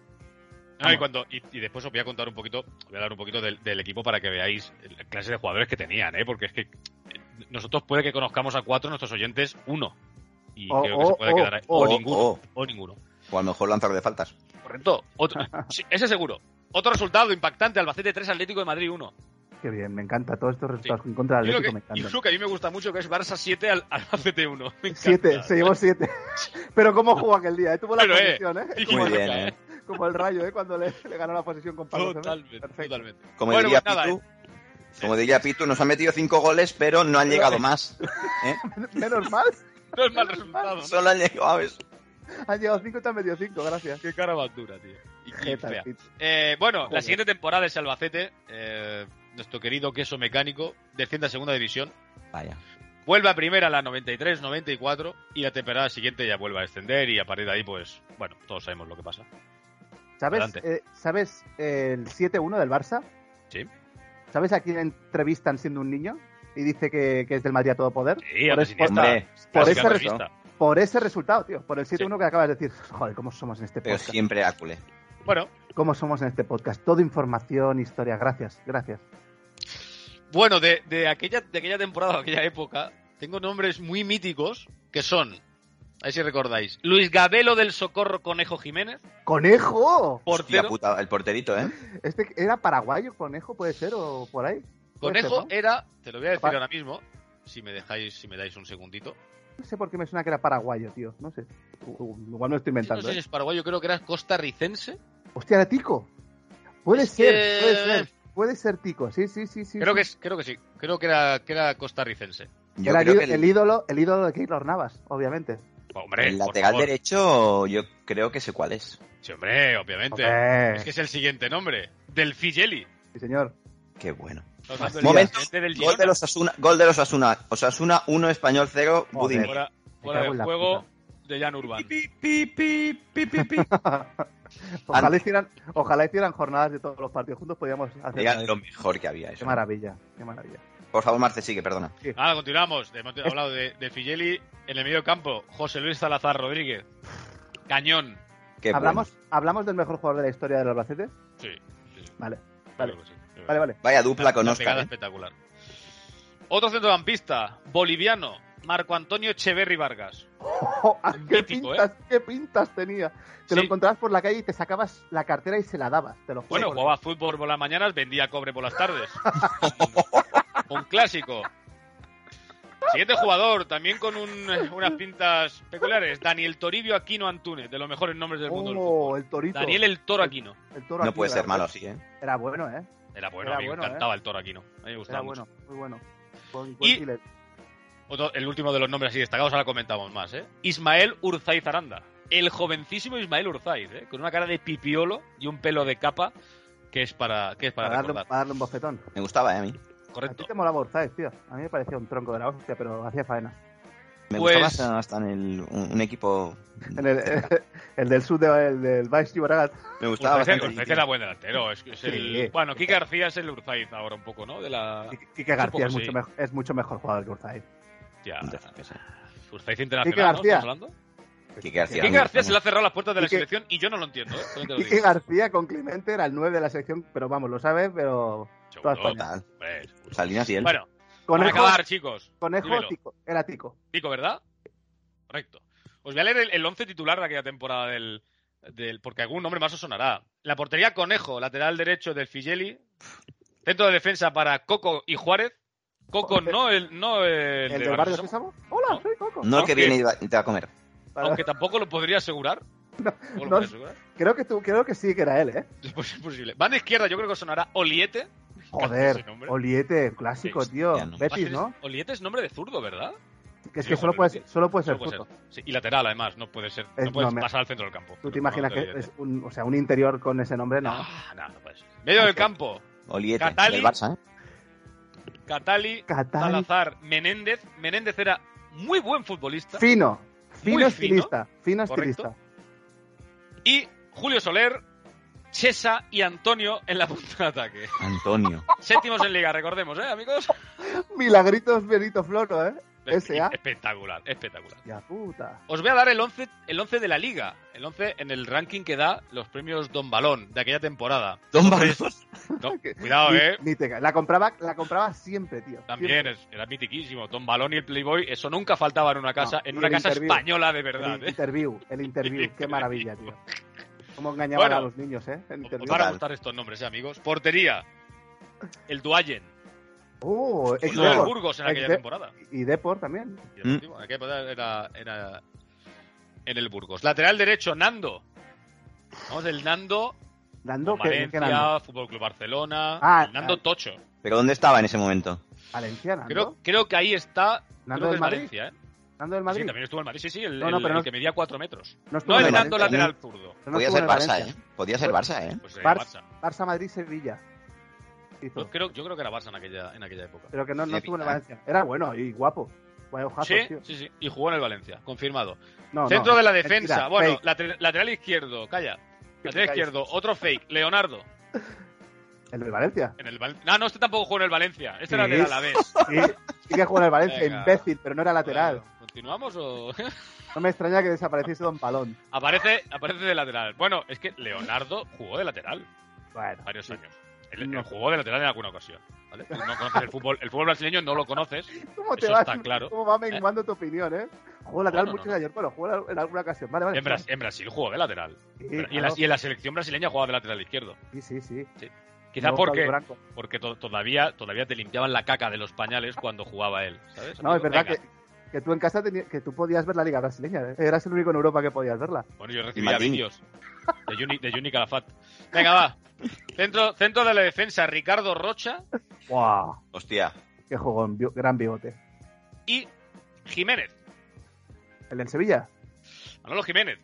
[SPEAKER 4] No,
[SPEAKER 3] Vamos.
[SPEAKER 4] y, cuando, y, y después os voy a contar un poquito, os voy a hablar un poquito del, del equipo para que veáis la clase de jugadores que tenían, ¿eh? Porque es que eh, nosotros puede que conozcamos a cuatro, nuestros oyentes uno. Y
[SPEAKER 3] O-
[SPEAKER 4] creo que se
[SPEAKER 3] o-
[SPEAKER 4] puede
[SPEAKER 3] o-
[SPEAKER 4] quedar ahí. O,
[SPEAKER 1] o-
[SPEAKER 4] ninguno.
[SPEAKER 1] o.
[SPEAKER 4] O ninguno.
[SPEAKER 1] O a lo mejor lanzador de faltas.
[SPEAKER 4] Correcto. Otro- sí, ese seguro. Otro resultado impactante, Albacete 3, Atlético de Madrid 1.
[SPEAKER 3] Qué bien, me encanta. Todos estos resultados en contra del
[SPEAKER 4] Y lo que,
[SPEAKER 3] Atlético me
[SPEAKER 4] y
[SPEAKER 3] encantan.
[SPEAKER 4] uno que a mí me gusta mucho, que es Barça 7 al Albacete 1. Me encanta.
[SPEAKER 3] Siete, se llevó siete. Pero cómo jugó aquel día, ¿eh? tuvo la
[SPEAKER 4] Pero, eh,
[SPEAKER 3] posición, ¿eh?
[SPEAKER 4] y-
[SPEAKER 3] Como,
[SPEAKER 1] Muy
[SPEAKER 3] el-
[SPEAKER 1] bien,
[SPEAKER 4] Venga,
[SPEAKER 1] ¿eh?
[SPEAKER 3] como el rayo, ¿eh? Cuando le, le ganó la posición con ¿eh? Pablo Cervera.
[SPEAKER 4] Totalmente,
[SPEAKER 3] Perfecto.
[SPEAKER 4] totalmente.
[SPEAKER 1] Como
[SPEAKER 4] Bueno,
[SPEAKER 1] diría
[SPEAKER 4] pues nada,
[SPEAKER 1] Pitu, como diría Pitu, nos han metido cinco goles, pero no han llegado más. ¿eh?
[SPEAKER 3] Menos mal,
[SPEAKER 4] No es mal resultado, ¿no?
[SPEAKER 1] Solo han llegado eso.
[SPEAKER 3] han llegado cinco y te han metido cinco, gracias.
[SPEAKER 4] Qué cara más dura, tío. Y qué
[SPEAKER 3] Qué tal,
[SPEAKER 4] fea.
[SPEAKER 3] Pitu.
[SPEAKER 4] Eh, bueno, la
[SPEAKER 3] Joder.
[SPEAKER 4] siguiente temporada es Albacete. eh, nuestro querido queso mecánico desciende a segunda división.
[SPEAKER 1] Vaya.
[SPEAKER 4] Vuelve a primera a la 93-94 y la temporada siguiente ya vuelve a descender y a partir de ahí, pues, bueno, todos sabemos lo que pasa.
[SPEAKER 3] ¿Sabes,
[SPEAKER 4] Adelante.
[SPEAKER 3] eh, ¿Sabes el 7-1 del Barça?
[SPEAKER 4] Sí.
[SPEAKER 3] ¿Sabes a quién entrevistan siendo un niño? Y dice que, que es del Madrid a todo poder.
[SPEAKER 4] Sí,
[SPEAKER 3] por,
[SPEAKER 4] antes
[SPEAKER 3] es-
[SPEAKER 4] Iniesta.
[SPEAKER 1] Hombre,
[SPEAKER 3] por
[SPEAKER 4] Clásica
[SPEAKER 3] ese
[SPEAKER 1] claro,
[SPEAKER 3] resultado.
[SPEAKER 4] revista.
[SPEAKER 3] por ese resultado, tío. Por el 7-1
[SPEAKER 4] Sí.
[SPEAKER 3] que acabas de decir. Joder, cómo somos en este
[SPEAKER 1] pero
[SPEAKER 3] podcast.
[SPEAKER 1] siempre Ácule.
[SPEAKER 4] Bueno,
[SPEAKER 3] Cómo somos en este podcast. Todo información, historia. Gracias, gracias.
[SPEAKER 4] bueno de, de aquella, de aquella temporada, de aquella época, tengo nombres muy míticos que son, a ver si recordáis, Luis Gabelo del Socorro Conejo Jiménez,
[SPEAKER 3] ¡Conejo!
[SPEAKER 1] Hostia
[SPEAKER 4] portero.
[SPEAKER 1] puta, el porterito, ¿eh?
[SPEAKER 3] Este era paraguayo, conejo puede ser, o por ahí. Puede
[SPEAKER 4] Conejo
[SPEAKER 3] ser,
[SPEAKER 4] era, te lo voy a decir
[SPEAKER 3] Capaz.
[SPEAKER 4] ahora mismo, si me dejáis, si me dais un segundito.
[SPEAKER 3] ¿no? No sé por qué me suena que era paraguayo, tío. No sé. U- u- Igual me lo estoy
[SPEAKER 4] Yo No
[SPEAKER 3] inventando.
[SPEAKER 4] sé si
[SPEAKER 3] ¿eh?
[SPEAKER 4] es paraguayo, creo que era costarricense.
[SPEAKER 3] Hostia, era Tico. Puede
[SPEAKER 4] Es
[SPEAKER 3] ser,
[SPEAKER 4] que-
[SPEAKER 3] puede ser. Puede ser Tico, sí, sí, sí. sí
[SPEAKER 4] Creo
[SPEAKER 3] sí.
[SPEAKER 4] que, es, creo que sí, creo que era, que era costarricense.
[SPEAKER 1] Yo
[SPEAKER 3] era
[SPEAKER 1] creo
[SPEAKER 3] el,
[SPEAKER 1] que
[SPEAKER 3] el
[SPEAKER 1] el,
[SPEAKER 3] ídolo, el ídolo de Keylor Navas, obviamente.
[SPEAKER 4] Hombre,
[SPEAKER 1] el
[SPEAKER 4] por
[SPEAKER 1] lateral
[SPEAKER 4] favor.
[SPEAKER 1] derecho yo creo que sé cuál es.
[SPEAKER 4] Sí, hombre, obviamente.
[SPEAKER 3] Hombre,
[SPEAKER 4] Es que es el siguiente nombre. Del Figeli.
[SPEAKER 3] Sí, señor.
[SPEAKER 1] Qué bueno.
[SPEAKER 4] Estamos hablando del
[SPEAKER 1] Momento.
[SPEAKER 4] siguiente del
[SPEAKER 1] Gol de
[SPEAKER 4] Girona.
[SPEAKER 1] los Asuna, gol de los Asuna. Osasuna 1, Español 0, Budimir.
[SPEAKER 3] Joder. cago
[SPEAKER 4] Fuera, fuera del
[SPEAKER 3] en la
[SPEAKER 4] juego
[SPEAKER 3] puta.
[SPEAKER 4] de Jan Urban.
[SPEAKER 3] ojalá, hicieran, ojalá hicieran jornadas de todos los partidos juntos, podíamos hacer.
[SPEAKER 1] Era
[SPEAKER 3] una-
[SPEAKER 1] lo mejor que había
[SPEAKER 3] Qué
[SPEAKER 1] eso.
[SPEAKER 3] maravilla, qué maravilla.
[SPEAKER 1] Por favor, Marce, sigue, perdona.
[SPEAKER 4] Ah, continuamos. Hemos hablado de, de Figeli. En el medio campo, José Luis Salazar Rodríguez. Cañón.
[SPEAKER 1] Qué
[SPEAKER 3] ¿Hablamos,
[SPEAKER 1] bueno.
[SPEAKER 3] ¿Hablamos del mejor jugador de la historia del Albacete?
[SPEAKER 4] Sí. sí, sí.
[SPEAKER 3] Vale,
[SPEAKER 4] Yo
[SPEAKER 3] Vale.
[SPEAKER 4] creo que sí. Yo creo
[SPEAKER 3] vale, vale.
[SPEAKER 1] Vaya dupla con
[SPEAKER 4] Una
[SPEAKER 1] Oscar.
[SPEAKER 4] pegada
[SPEAKER 1] ¿eh?
[SPEAKER 4] espectacular. Otro centrocampista, boliviano, Marco Antonio Echeverri Vargas.
[SPEAKER 3] Oh, ah, qué,
[SPEAKER 4] Mítico, ¿eh?
[SPEAKER 3] pintas, qué pintas tenía. Te lo
[SPEAKER 4] Sí.
[SPEAKER 3] encontrabas por la calle y te sacabas la cartera y se la dabas. Te lo juro.
[SPEAKER 4] Bueno,
[SPEAKER 3] por-
[SPEAKER 4] jugaba fútbol por las mañanas, vendía cobre por las tardes. un clásico. Siguiente jugador, también con un- unas pintas peculiares, Daniel Toribio Aquino Antúnez, de los mejores nombres del mundo. del
[SPEAKER 3] Oh,
[SPEAKER 4] fútbol.
[SPEAKER 3] el torito.
[SPEAKER 4] Daniel el Toro Aquino.
[SPEAKER 3] el toro
[SPEAKER 1] No
[SPEAKER 3] aquí,
[SPEAKER 1] puede
[SPEAKER 3] era-
[SPEAKER 1] ser malo así, ¿eh?
[SPEAKER 3] Era bueno, ¿eh?
[SPEAKER 4] Era bueno,
[SPEAKER 3] Era
[SPEAKER 4] a mí
[SPEAKER 3] bueno, ¿eh?
[SPEAKER 4] me encantaba el Toro Aquino. A mí me gustaba
[SPEAKER 3] Era
[SPEAKER 4] mucho.
[SPEAKER 3] bueno, muy bueno. Buen-
[SPEAKER 4] Y-
[SPEAKER 3] buen killer.
[SPEAKER 4] Otro- el último de los nombres así destacados, ahora comentamos más, ¿eh? Ismael Urzaiz Aranda. El jovencísimo Ismael Urzaiz, ¿eh? Con una cara de pipiolo y un pelo de capa que es para, que es para,
[SPEAKER 3] Para darle,
[SPEAKER 4] recordar.
[SPEAKER 3] para darle un bofetón.
[SPEAKER 1] Me gustaba, ¿eh? A mí.
[SPEAKER 3] A ti
[SPEAKER 4] Correcto.
[SPEAKER 3] te molaba Urzáez, tío. A mí me parecía un tronco de la hostia, pero hacía faena.
[SPEAKER 1] Me
[SPEAKER 4] Pues-
[SPEAKER 1] gustaba hasta, hasta en el, un, un equipo.
[SPEAKER 3] En el, el del sur, de- el del Vice Gibraltar.
[SPEAKER 1] Me gustaba
[SPEAKER 4] Urzaiz
[SPEAKER 1] bastante.
[SPEAKER 4] Urzaiz era buen delantero. Es, es el,
[SPEAKER 3] Sí.
[SPEAKER 4] Bueno, Kike García es el Urzaiz ahora un poco, ¿no? De la...
[SPEAKER 3] Y- Quique García es
[SPEAKER 4] Ah, sí.
[SPEAKER 3] mucho, mejor, es mucho mejor jugador que eh. Urzáez.
[SPEAKER 4] Ya,
[SPEAKER 1] Un defensa, sí.
[SPEAKER 4] Urzaiz internacional,
[SPEAKER 3] Quique
[SPEAKER 4] ¿no?
[SPEAKER 3] García.
[SPEAKER 4] ¿Estamos hablando?
[SPEAKER 1] Quique García.
[SPEAKER 4] Kike
[SPEAKER 1] me
[SPEAKER 4] García
[SPEAKER 1] gusta
[SPEAKER 4] se le ha cerrado las puertas de la
[SPEAKER 3] Quique-
[SPEAKER 4] selección y yo no lo entiendo, ¿eh? También te lo
[SPEAKER 3] Quique
[SPEAKER 4] digo.
[SPEAKER 3] García con Clemente era el 9 de la sección, pero vamos, lo sabe, pero
[SPEAKER 4] Seguro,
[SPEAKER 3] toda España.
[SPEAKER 1] mucho.
[SPEAKER 4] hombre.
[SPEAKER 1] Total. Salinas y él.
[SPEAKER 4] Bueno, para
[SPEAKER 3] conejo,
[SPEAKER 4] acabar, chicos. dímelo.
[SPEAKER 3] conejo tico, era tico.
[SPEAKER 4] Tico, ¿verdad? Correcto. Os voy a leer el, el once titular de aquella temporada del, del- Porque algún nombre más os sonará. La portería Conejo, lateral derecho del Figeli. Centro de defensa para Coco y Juárez. Coco,
[SPEAKER 3] Joder.
[SPEAKER 4] no el, no el,
[SPEAKER 3] El,
[SPEAKER 4] de
[SPEAKER 3] del
[SPEAKER 4] Barrio
[SPEAKER 3] barrio
[SPEAKER 4] Sésamo,
[SPEAKER 3] Sésamo. Hola, soy Coco.
[SPEAKER 1] No el que
[SPEAKER 4] Aunque-
[SPEAKER 1] viene y va- y te va a comer.
[SPEAKER 3] Para-
[SPEAKER 4] Aunque tampoco lo podría asegurar. Tampoco lo
[SPEAKER 3] no.
[SPEAKER 4] podría asegurar.
[SPEAKER 3] Creo, que tú, creo que sí que era él, ¿eh?
[SPEAKER 4] Es imposible. Banda izquierda, yo creo que os sonará Oliete.
[SPEAKER 3] Joder,
[SPEAKER 4] ese nombre.
[SPEAKER 3] Oliete, un clásico,
[SPEAKER 1] Sí,
[SPEAKER 3] tío.
[SPEAKER 1] ya no.
[SPEAKER 3] Betis, ¿no?
[SPEAKER 4] Oliete es nombre de zurdo, ¿verdad?
[SPEAKER 3] Que es
[SPEAKER 4] Ah, Sí,
[SPEAKER 3] que solo
[SPEAKER 4] joder,
[SPEAKER 3] puede
[SPEAKER 4] sí.
[SPEAKER 3] ser, solo puede ser
[SPEAKER 4] Solo puede
[SPEAKER 3] fútbol.
[SPEAKER 4] ser. Sí, y lateral, además, no puede ser. No
[SPEAKER 3] Es-
[SPEAKER 4] puedes
[SPEAKER 3] no, me-
[SPEAKER 4] pasar al centro del campo.
[SPEAKER 3] ¿Tú te imaginas
[SPEAKER 4] No,
[SPEAKER 3] que
[SPEAKER 4] Oliete.
[SPEAKER 3] es un, o sea, un interior con ese nombre? No.
[SPEAKER 4] Ah, no, no puede ser. Medio del campo,
[SPEAKER 1] Oliete,
[SPEAKER 4] Catali.
[SPEAKER 1] del Barça, ¿eh?
[SPEAKER 4] Catali,
[SPEAKER 3] Catán,
[SPEAKER 4] Salazar, Menéndez. Menéndez era muy buen futbolista.
[SPEAKER 3] Fino.
[SPEAKER 4] fino,
[SPEAKER 3] Fino estilista. Fino
[SPEAKER 4] correcto.
[SPEAKER 3] estilista.
[SPEAKER 4] Y Julio Soler, Chesa y Antonio en la punta de ataque.
[SPEAKER 1] Antonio.
[SPEAKER 4] Séptimos en liga, recordemos, ¿eh, amigos?
[SPEAKER 3] Milagritos Benito Floro, ¿eh? S.A.
[SPEAKER 4] Espectacular, espectacular.
[SPEAKER 3] Ya puta.
[SPEAKER 4] Os voy a dar el 11 el once de la liga. El 11 en el ranking que da los premios Don Balón de aquella temporada.
[SPEAKER 1] Don Balón.
[SPEAKER 4] No, cuidado,
[SPEAKER 3] Ni-
[SPEAKER 4] eh.
[SPEAKER 3] ni te ca- la compraba, la compraba siempre, tío.
[SPEAKER 4] También es- era mitiquísimo. Don Balón y el Playboy, eso nunca faltaba en una casa,
[SPEAKER 3] No,
[SPEAKER 4] en
[SPEAKER 3] y
[SPEAKER 4] una
[SPEAKER 3] el
[SPEAKER 4] casa
[SPEAKER 3] interview.
[SPEAKER 4] española de
[SPEAKER 3] El
[SPEAKER 4] verdad. ¿eh?
[SPEAKER 3] interview, el interview, qué maravilla, tío. Cómo engañaban
[SPEAKER 4] Bueno.
[SPEAKER 3] a los niños, ¿eh? El
[SPEAKER 4] Os
[SPEAKER 3] interview.
[SPEAKER 4] van a
[SPEAKER 1] Total.
[SPEAKER 4] gustar estos nombres, eh, amigos. Portería. El Duayen.
[SPEAKER 3] Oh,
[SPEAKER 4] El
[SPEAKER 1] Claro.
[SPEAKER 4] del
[SPEAKER 3] Depor.
[SPEAKER 4] Burgos en aquella
[SPEAKER 3] Ex-Depor.
[SPEAKER 4] temporada.
[SPEAKER 3] Y Depor también.
[SPEAKER 4] Y el
[SPEAKER 1] Mm.
[SPEAKER 4] último, en aquella temporada era, era en el Burgos. Lateral derecho, Nando. Vamos, el Nando.
[SPEAKER 3] Dando que, que
[SPEAKER 4] Valencia,
[SPEAKER 3] Nando.
[SPEAKER 4] Fútbol Club Barcelona.
[SPEAKER 3] Ah,
[SPEAKER 4] el Nando
[SPEAKER 3] ah.
[SPEAKER 4] Tocho.
[SPEAKER 1] ¿Pero dónde estaba en ese momento?
[SPEAKER 3] Valencia, Nando.
[SPEAKER 4] Creo, creo que ahí está.
[SPEAKER 3] Nando
[SPEAKER 4] creo que
[SPEAKER 3] del
[SPEAKER 4] es
[SPEAKER 3] Madrid.
[SPEAKER 4] Valencia, ¿eh?
[SPEAKER 3] Nando del
[SPEAKER 4] Sí,
[SPEAKER 3] Madrid.
[SPEAKER 4] también estuvo en Madrid. Sí, sí, el,
[SPEAKER 3] No, no,
[SPEAKER 4] el-
[SPEAKER 3] pero
[SPEAKER 4] el
[SPEAKER 3] no-
[SPEAKER 4] que medía cuatro metros.
[SPEAKER 3] estuvo
[SPEAKER 4] No,
[SPEAKER 3] en
[SPEAKER 4] el
[SPEAKER 1] el
[SPEAKER 4] Nando
[SPEAKER 1] Valencia.
[SPEAKER 4] lateral
[SPEAKER 3] pero
[SPEAKER 4] zurdo.
[SPEAKER 3] no
[SPEAKER 1] Podía
[SPEAKER 3] estuvo
[SPEAKER 1] ser
[SPEAKER 3] en el
[SPEAKER 1] Barça,
[SPEAKER 3] Valencia.
[SPEAKER 1] ¿eh? Podía ser Barça, ¿eh?
[SPEAKER 4] Pues, eh,
[SPEAKER 3] Bar-
[SPEAKER 4] Barça.
[SPEAKER 3] Barça, Madrid, Sevilla. Hizo.
[SPEAKER 4] Yo creo, yo creo que era Barça en aquella, en aquella época.
[SPEAKER 3] Pero que no, no
[SPEAKER 1] Sevilla.
[SPEAKER 3] estuvo en el Valencia. Era bueno y guapo. Guay, ojazos,
[SPEAKER 4] Sí,
[SPEAKER 3] tío.
[SPEAKER 4] sí, sí. Y jugó en el Valencia, confirmado.
[SPEAKER 3] No,
[SPEAKER 4] Centro
[SPEAKER 3] no,
[SPEAKER 4] de la
[SPEAKER 3] mentira,
[SPEAKER 4] defensa. bueno,
[SPEAKER 3] fake.
[SPEAKER 4] later- lateral izquierdo, calla. Lateral
[SPEAKER 3] Calla.
[SPEAKER 4] izquierdo, otro fake. Leonardo.
[SPEAKER 3] El del Valencia.
[SPEAKER 4] En el Val- no, no, este tampoco jugó en el Valencia. Este era
[SPEAKER 3] ¿Qué
[SPEAKER 4] de
[SPEAKER 3] es?
[SPEAKER 4] Alavés.
[SPEAKER 3] Sí, sí que jugó en el Valencia,
[SPEAKER 4] Venga.
[SPEAKER 3] imbécil, pero no era lateral.
[SPEAKER 4] Bueno, ¿Continuamos o.?
[SPEAKER 3] No me extraña que desapareciese Don Palón.
[SPEAKER 4] aparece, aparece de lateral. Bueno, es que Leonardo jugó de lateral
[SPEAKER 3] Bueno,
[SPEAKER 4] varios
[SPEAKER 3] sí.
[SPEAKER 4] años. Él, él
[SPEAKER 3] No.
[SPEAKER 4] jugó de lateral en alguna ocasión. ¿vale? Tú No conoces el fútbol. El fútbol brasileño no lo conoces.
[SPEAKER 3] ¿Cómo te
[SPEAKER 4] Eso
[SPEAKER 3] vas?
[SPEAKER 4] está claro.
[SPEAKER 3] ¿Cómo va menguando tu opinión, eh? Juego lateral
[SPEAKER 4] No, no,
[SPEAKER 3] mucho
[SPEAKER 4] no.
[SPEAKER 3] ayer, pero juego en alguna ocasión. Vale, vale.
[SPEAKER 4] En, Bras- en Brasil jugó de lateral.
[SPEAKER 3] Sí,
[SPEAKER 4] Y, en la-
[SPEAKER 3] claro.
[SPEAKER 4] y en la selección brasileña jugaba de lateral izquierdo.
[SPEAKER 3] sí, sí, sí.
[SPEAKER 4] Quizá
[SPEAKER 3] No,
[SPEAKER 4] porque,
[SPEAKER 3] Raúl Branco.
[SPEAKER 4] porque to- todavía, todavía te limpiaban la caca de los pañales cuando jugaba él. ¿sabes?
[SPEAKER 3] No, es
[SPEAKER 4] Amigo,
[SPEAKER 3] verdad
[SPEAKER 4] venga.
[SPEAKER 3] que, que tú en casa teni- que tú podías ver la liga brasileña. ¿eh? Eras el único en Europa que podías verla.
[SPEAKER 4] Bueno, yo recibía
[SPEAKER 1] Maldini.
[SPEAKER 4] vídeos de Juni, de Juni Calafat. Venga, va. Centro, centro de la defensa, Ricardo Rocha
[SPEAKER 3] ¡Wow!
[SPEAKER 1] Hostia.
[SPEAKER 3] Qué jugón, bio- gran bigote.
[SPEAKER 4] y Jiménez.
[SPEAKER 3] El del Sevilla,
[SPEAKER 4] Manolo Jiménez.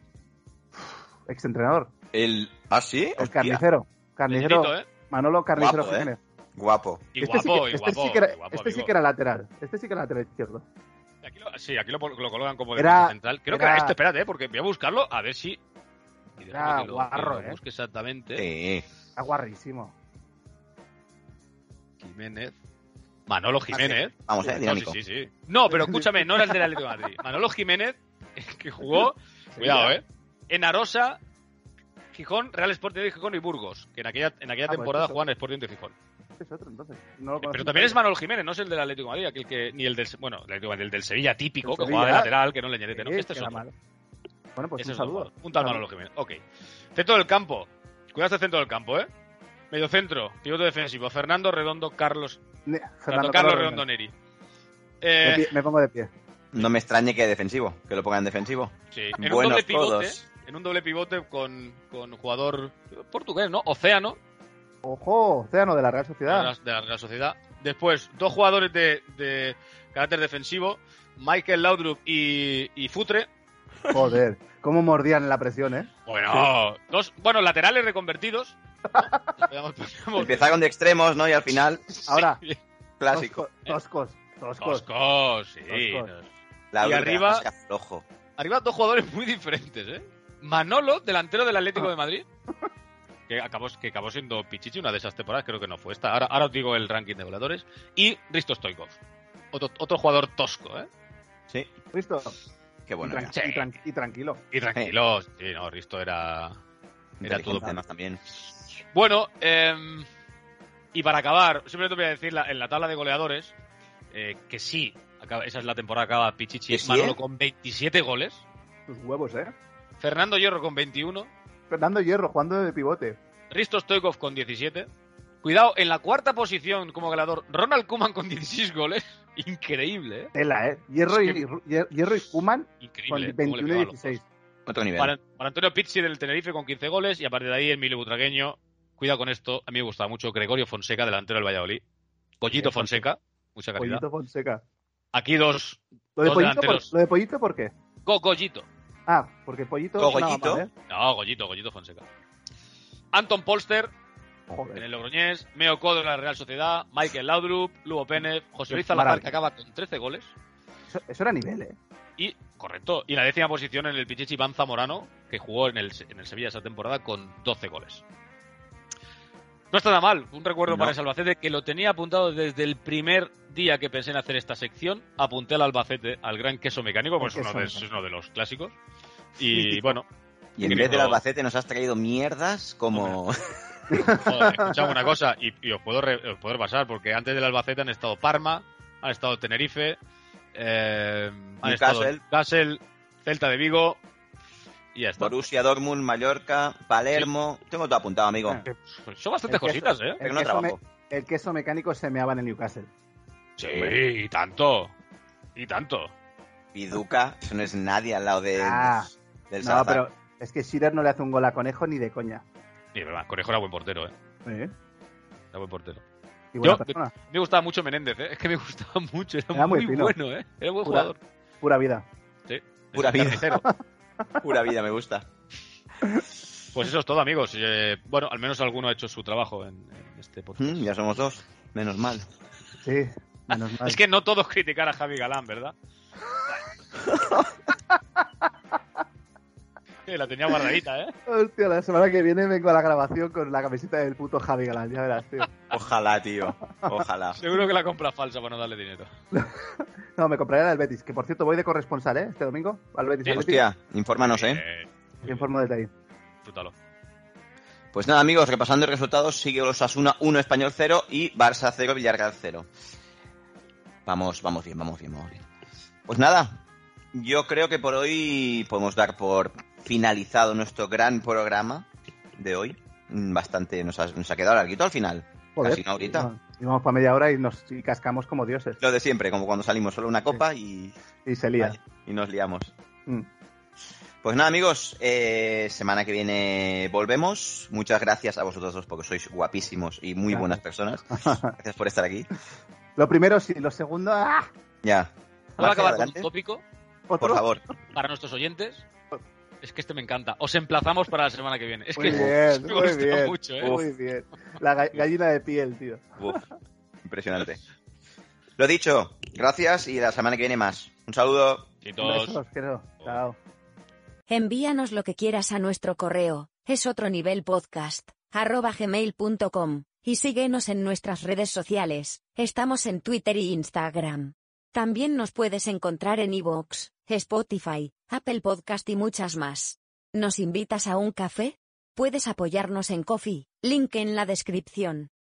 [SPEAKER 3] exentrenador,
[SPEAKER 1] El... ¿Ah, sí?
[SPEAKER 3] el
[SPEAKER 1] Hostia.
[SPEAKER 3] carnicero. Carnicero,
[SPEAKER 4] Pequeñito, ¿eh?
[SPEAKER 3] Manolo Carnicero
[SPEAKER 1] Guapo, ¿eh?
[SPEAKER 3] Jiménez.
[SPEAKER 1] Guapo.
[SPEAKER 4] Y
[SPEAKER 3] Este sí
[SPEAKER 4] guapo,
[SPEAKER 3] que-
[SPEAKER 4] y guapo.
[SPEAKER 3] este sí que era-
[SPEAKER 4] y guapo,
[SPEAKER 3] este sí
[SPEAKER 4] amigo.
[SPEAKER 3] que era lateral. Este sí que era lateral izquierdo.
[SPEAKER 4] Aquí lo, sí, aquí lo, lo colocan como
[SPEAKER 3] Era-
[SPEAKER 4] defensa central. Creo que
[SPEAKER 3] era-
[SPEAKER 4] era este, espérate, porque voy a buscarlo a ver si. y déjame
[SPEAKER 3] Era
[SPEAKER 4] que lo-
[SPEAKER 3] guarro,
[SPEAKER 4] que lo
[SPEAKER 3] ¿eh?
[SPEAKER 4] busque exactamente.
[SPEAKER 1] Sí.
[SPEAKER 3] Está guarrísimo.
[SPEAKER 4] Jiménez. Manolo Jiménez.
[SPEAKER 1] Ah, Vamos, eh,
[SPEAKER 4] No,
[SPEAKER 1] dinámico.
[SPEAKER 4] sí, sí, sí. No, pero escúchame, no era el del Atlético de Madrid. Manolo Jiménez, que jugó, cuidado, ¿eh? En Arosa, Gijón, Real Sporting de Gijón y Burgos, que en aquella, en aquella
[SPEAKER 3] Ah, pues
[SPEAKER 4] temporada
[SPEAKER 3] eso.
[SPEAKER 4] jugaban Sporting de Gijón.
[SPEAKER 3] Este es otro, entonces. No lo
[SPEAKER 4] Eh, Pero
[SPEAKER 3] conocemos.
[SPEAKER 4] también es Manolo Jiménez, no es el del Atlético de Madrid, aquel que, ni el del, bueno, el Atlético de Madrid, el del Sevilla típico,
[SPEAKER 3] El
[SPEAKER 4] que
[SPEAKER 3] Sevilla.
[SPEAKER 4] jugaba de lateral, que no le añadete, ¿no?
[SPEAKER 3] Sí,
[SPEAKER 4] Este es
[SPEAKER 3] que era
[SPEAKER 4] otro.
[SPEAKER 3] malo. Bueno, pues
[SPEAKER 4] Ese
[SPEAKER 3] un
[SPEAKER 4] es otro
[SPEAKER 3] saludo.
[SPEAKER 4] jugador. Un tal Manolo Jiménez. Ok. Centro del campo. Cuidado este centro del campo, ¿eh? Medio centro, pivote defensivo. Fernando Redondo, Carlos.
[SPEAKER 3] Ne-
[SPEAKER 4] Fernando,
[SPEAKER 3] Fernando
[SPEAKER 4] Carlos
[SPEAKER 3] Carlos
[SPEAKER 4] Redondo
[SPEAKER 3] Hernández.
[SPEAKER 4] Neri.
[SPEAKER 3] Me
[SPEAKER 4] Eh,
[SPEAKER 3] pi- Me pongo de pie.
[SPEAKER 1] No me extrañe que defensivo, que lo pongan defensivo.
[SPEAKER 4] sí, en un
[SPEAKER 1] Buenos
[SPEAKER 4] doble pivote. ¿eh?
[SPEAKER 1] todos.
[SPEAKER 4] En un doble pivote con, con jugador portugués, ¿no? Océano,
[SPEAKER 3] Ojo, Océano de la Real
[SPEAKER 4] de la,
[SPEAKER 3] Sociedad.
[SPEAKER 4] de la Real Sociedad. Después, dos jugadores de, de carácter defensivo, Michael Laudrup y, y Futre.
[SPEAKER 3] Joder, cómo mordían la presión, ¿eh?
[SPEAKER 4] Bueno, dos, bueno, laterales reconvertidos. Podríamos- podríamos-
[SPEAKER 1] Empezaron de extremos, ¿no? Y al final,
[SPEAKER 3] Ahora,
[SPEAKER 1] clásico.
[SPEAKER 3] Toscos, toscos.
[SPEAKER 4] Toscos, sí.
[SPEAKER 3] Toscos.
[SPEAKER 1] La
[SPEAKER 4] Y
[SPEAKER 1] dura,
[SPEAKER 4] arriba-
[SPEAKER 1] más que aflojo.
[SPEAKER 4] Arriba dos jugadores muy diferentes, ¿eh? Manolo, delantero del
[SPEAKER 1] Ah.
[SPEAKER 4] Atlético de Madrid, que acabó, que acabó siendo Pichichi una de esas temporadas, creo que no fue esta. Ahora, ahora os digo el ranking de voladores. Y Risto Stoikov, otro, otro jugador tosco, ¿eh?
[SPEAKER 1] Sí.
[SPEAKER 3] ¿Listo?
[SPEAKER 1] Qué bueno.
[SPEAKER 3] y,
[SPEAKER 1] Era.
[SPEAKER 3] tran- y tran- y tranquilo.
[SPEAKER 4] Y tranquilos, sí, no, Risto era... Era todo.
[SPEAKER 1] Inteligente, además, también.
[SPEAKER 4] Bueno, em, y para acabar, simplemente voy a decir la- en la tabla de goleadores eh, que sí, acaba- esa es la temporada que acaba Pichichi
[SPEAKER 1] ¿Que sí,
[SPEAKER 4] Manolo
[SPEAKER 1] eh?
[SPEAKER 4] con 27 goles,
[SPEAKER 3] Tus huevos, ¿eh?
[SPEAKER 4] Fernando Hierro con 21,
[SPEAKER 3] Fernando Hierro jugando de pivote.
[SPEAKER 4] Risto Stoikov con 17. Cuidado, en la cuarta posición como goleador, Ronald Kuman con 16 goles. Increíble, ¿eh?
[SPEAKER 3] Tela, ¿eh? Hierro y,
[SPEAKER 4] Es que-
[SPEAKER 3] Hier- Hierro y Kuman con
[SPEAKER 4] Increíble. ¿eh? cómo le
[SPEAKER 3] 21 y
[SPEAKER 4] pegaba los
[SPEAKER 3] 16.
[SPEAKER 1] Otro nivel.
[SPEAKER 4] Para, para Antonio Pizzi del Tenerife con 15 goles y a partir de ahí Emilio Butragueño. Cuidado con esto, a mí me gustaba mucho Gregorio Fonseca, delantero del Valladolid. Pollito
[SPEAKER 3] Sí,
[SPEAKER 4] Fonseca, mucha calidad.
[SPEAKER 3] Pollito Fonseca.
[SPEAKER 4] Aquí dos,
[SPEAKER 3] ¿Lo de, pollito
[SPEAKER 4] Dos
[SPEAKER 3] por,
[SPEAKER 4] delanteros.
[SPEAKER 3] ¿Lo de Pollito por qué?
[SPEAKER 4] Gogollito.
[SPEAKER 3] Ah, porque Pollito
[SPEAKER 1] Cogollito.
[SPEAKER 3] sonaba mal, ¿eh?
[SPEAKER 4] No, Gollito, Gollito Fonseca. Anton Polster en
[SPEAKER 1] Oh.
[SPEAKER 3] Joder.
[SPEAKER 4] el Logroñés, Meo Codo en la Real Sociedad, Michael Laudrup, Lugo Pérez, José Luis Salazar que
[SPEAKER 3] Maravilla.
[SPEAKER 4] acaba con 13 goles.
[SPEAKER 3] Eso, eso era nivel, ¿eh?
[SPEAKER 4] Y, correcto, y la décima posición en el Pichichi Van Zamorano, que jugó en el, en el Sevilla esa temporada con 12 goles. No está nada mal. Un recuerdo
[SPEAKER 1] No.
[SPEAKER 4] para ese Albacete que lo tenía apuntado desde el primer día que pensé en hacer esta sección. Apunté al Albacete, al gran queso mecánico, pues
[SPEAKER 3] El
[SPEAKER 4] uno
[SPEAKER 3] queso
[SPEAKER 4] de,
[SPEAKER 3] mecánico.
[SPEAKER 4] es uno de los clásicos. Y bueno,
[SPEAKER 1] Y en
[SPEAKER 4] Querido-
[SPEAKER 1] vez del Albacete nos has traído mierdas como...
[SPEAKER 4] joder, escuchad una cosa, y, y os, puedo re- os puedo repasar, porque antes del Albacete han estado Parma, han estado Tenerife, eh, han estado
[SPEAKER 1] Newcastle.
[SPEAKER 4] Newcastle, Celta de Vigo, y ya está.
[SPEAKER 1] Borussia, Dortmund, Mallorca, Palermo... Tengo todo apuntado, amigo.
[SPEAKER 3] Ah.
[SPEAKER 4] Son bastantes
[SPEAKER 3] El queso.
[SPEAKER 4] cositas, ¿eh?
[SPEAKER 1] Pero no
[SPEAKER 3] queso
[SPEAKER 1] trabajo.
[SPEAKER 3] me- el queso mecánico se meaba en el Newcastle.
[SPEAKER 4] Sí, y tanto. Y tanto.
[SPEAKER 1] Piduca, eso no es nadie al lado de,
[SPEAKER 3] Ah,
[SPEAKER 1] del
[SPEAKER 3] No,
[SPEAKER 1] Salazar.
[SPEAKER 3] pero es que Shearer no le hace un gol a Conejo ni de coña.
[SPEAKER 4] Y es verdad, Conejo era buen portero, ¿eh?
[SPEAKER 3] ¿Eh?
[SPEAKER 4] Era buen portero.
[SPEAKER 3] Y buena
[SPEAKER 4] Yo-
[SPEAKER 3] persona,
[SPEAKER 4] Me gustaba mucho Menéndez, ¿eh? Es que me gustaba mucho. Era,
[SPEAKER 3] Era muy
[SPEAKER 4] muy,
[SPEAKER 3] fino.
[SPEAKER 4] bueno, ¿eh? Era buen
[SPEAKER 3] Pura-
[SPEAKER 4] jugador.
[SPEAKER 3] pura vida.
[SPEAKER 1] Pura
[SPEAKER 4] Es un
[SPEAKER 1] vida.
[SPEAKER 4] carnicero.
[SPEAKER 1] Pura vida, me gusta.
[SPEAKER 4] Pues eso es todo, amigos. Eh, bueno, al menos alguno ha hecho su trabajo en, en este podcast.
[SPEAKER 1] Mm, ya somos dos. Menos mal.
[SPEAKER 3] Sí, menos mal.
[SPEAKER 4] Es que no todos criticar a Javi Galán, ¿verdad? Que la tenía guardadita, ¿eh?
[SPEAKER 3] Hostia, la semana que viene vengo a la grabación con la camiseta del puto Javi Galán, ya verás, tío.
[SPEAKER 1] Ojalá, tío. Ojalá.
[SPEAKER 4] Seguro que la compra falsa para no darle dinero.
[SPEAKER 3] No, me compraré la del Betis, que por cierto voy de corresponsal, ¿eh? Este domingo, al Betis.
[SPEAKER 4] Sí.
[SPEAKER 3] al Betis.
[SPEAKER 1] Hostia, infórmanos, ¿eh?
[SPEAKER 4] Eh,
[SPEAKER 3] Te informo desde ahí.
[SPEAKER 4] disfrútalo.
[SPEAKER 1] Pues nada, amigos, repasando el resultado, sigue los Asuna 1, Español 0 y Barça 0, Villarreal 0. Vamos, vamos bien, vamos bien, vamos bien. Pues nada, yo creo que por hoy podemos dar por finalizado nuestro gran programa de hoy. Mm, Bastante nos ha, nos ha quedado larguito al final. Casi una horita.
[SPEAKER 3] no, Íbamos para media hora y nos y cascamos como dioses.
[SPEAKER 1] Lo de siempre, como cuando salimos solo una copa y,
[SPEAKER 3] Y se lía.
[SPEAKER 1] y nos liamos.
[SPEAKER 3] Mm.
[SPEAKER 1] Pues nada, amigos, eh, semana que viene volvemos. Muchas gracias a vosotros dos porque sois guapísimos y muy
[SPEAKER 3] Gracias.
[SPEAKER 1] buenas personas. Gracias por estar aquí.
[SPEAKER 3] Lo primero sí, lo segundo... ¡ah!
[SPEAKER 1] Ya.
[SPEAKER 4] Ahora
[SPEAKER 1] Marca,
[SPEAKER 4] acabar con
[SPEAKER 3] ¿eh?
[SPEAKER 1] adelante,
[SPEAKER 4] un tópico
[SPEAKER 3] ¿Otro?
[SPEAKER 1] Por favor.
[SPEAKER 4] para nuestros oyentes. Es que este me encanta. Os emplazamos para la semana que viene. Es
[SPEAKER 3] Muy
[SPEAKER 4] que
[SPEAKER 3] bien,
[SPEAKER 4] me
[SPEAKER 3] muy
[SPEAKER 4] gusta
[SPEAKER 3] bien.
[SPEAKER 4] mucho, ¿eh?
[SPEAKER 3] Muy bien. La ga- gallina de piel, tío.
[SPEAKER 1] Uf, impresionante. Lo dicho, gracias y la semana que viene más. Un saludo.
[SPEAKER 4] Chicos.
[SPEAKER 3] Besos, quiero. Chao.
[SPEAKER 2] Envíanos lo que quieras a nuestro correo, es otro nivel podcast, arroba gmail.com, y síguenos en nuestras redes sociales, estamos en Twitter y Instagram. También nos puedes encontrar en iVoox, Spotify, Apple Podcast y muchas más. ¿Nos invitas a un café? Puedes apoyarnos en Coffee, link en la descripción.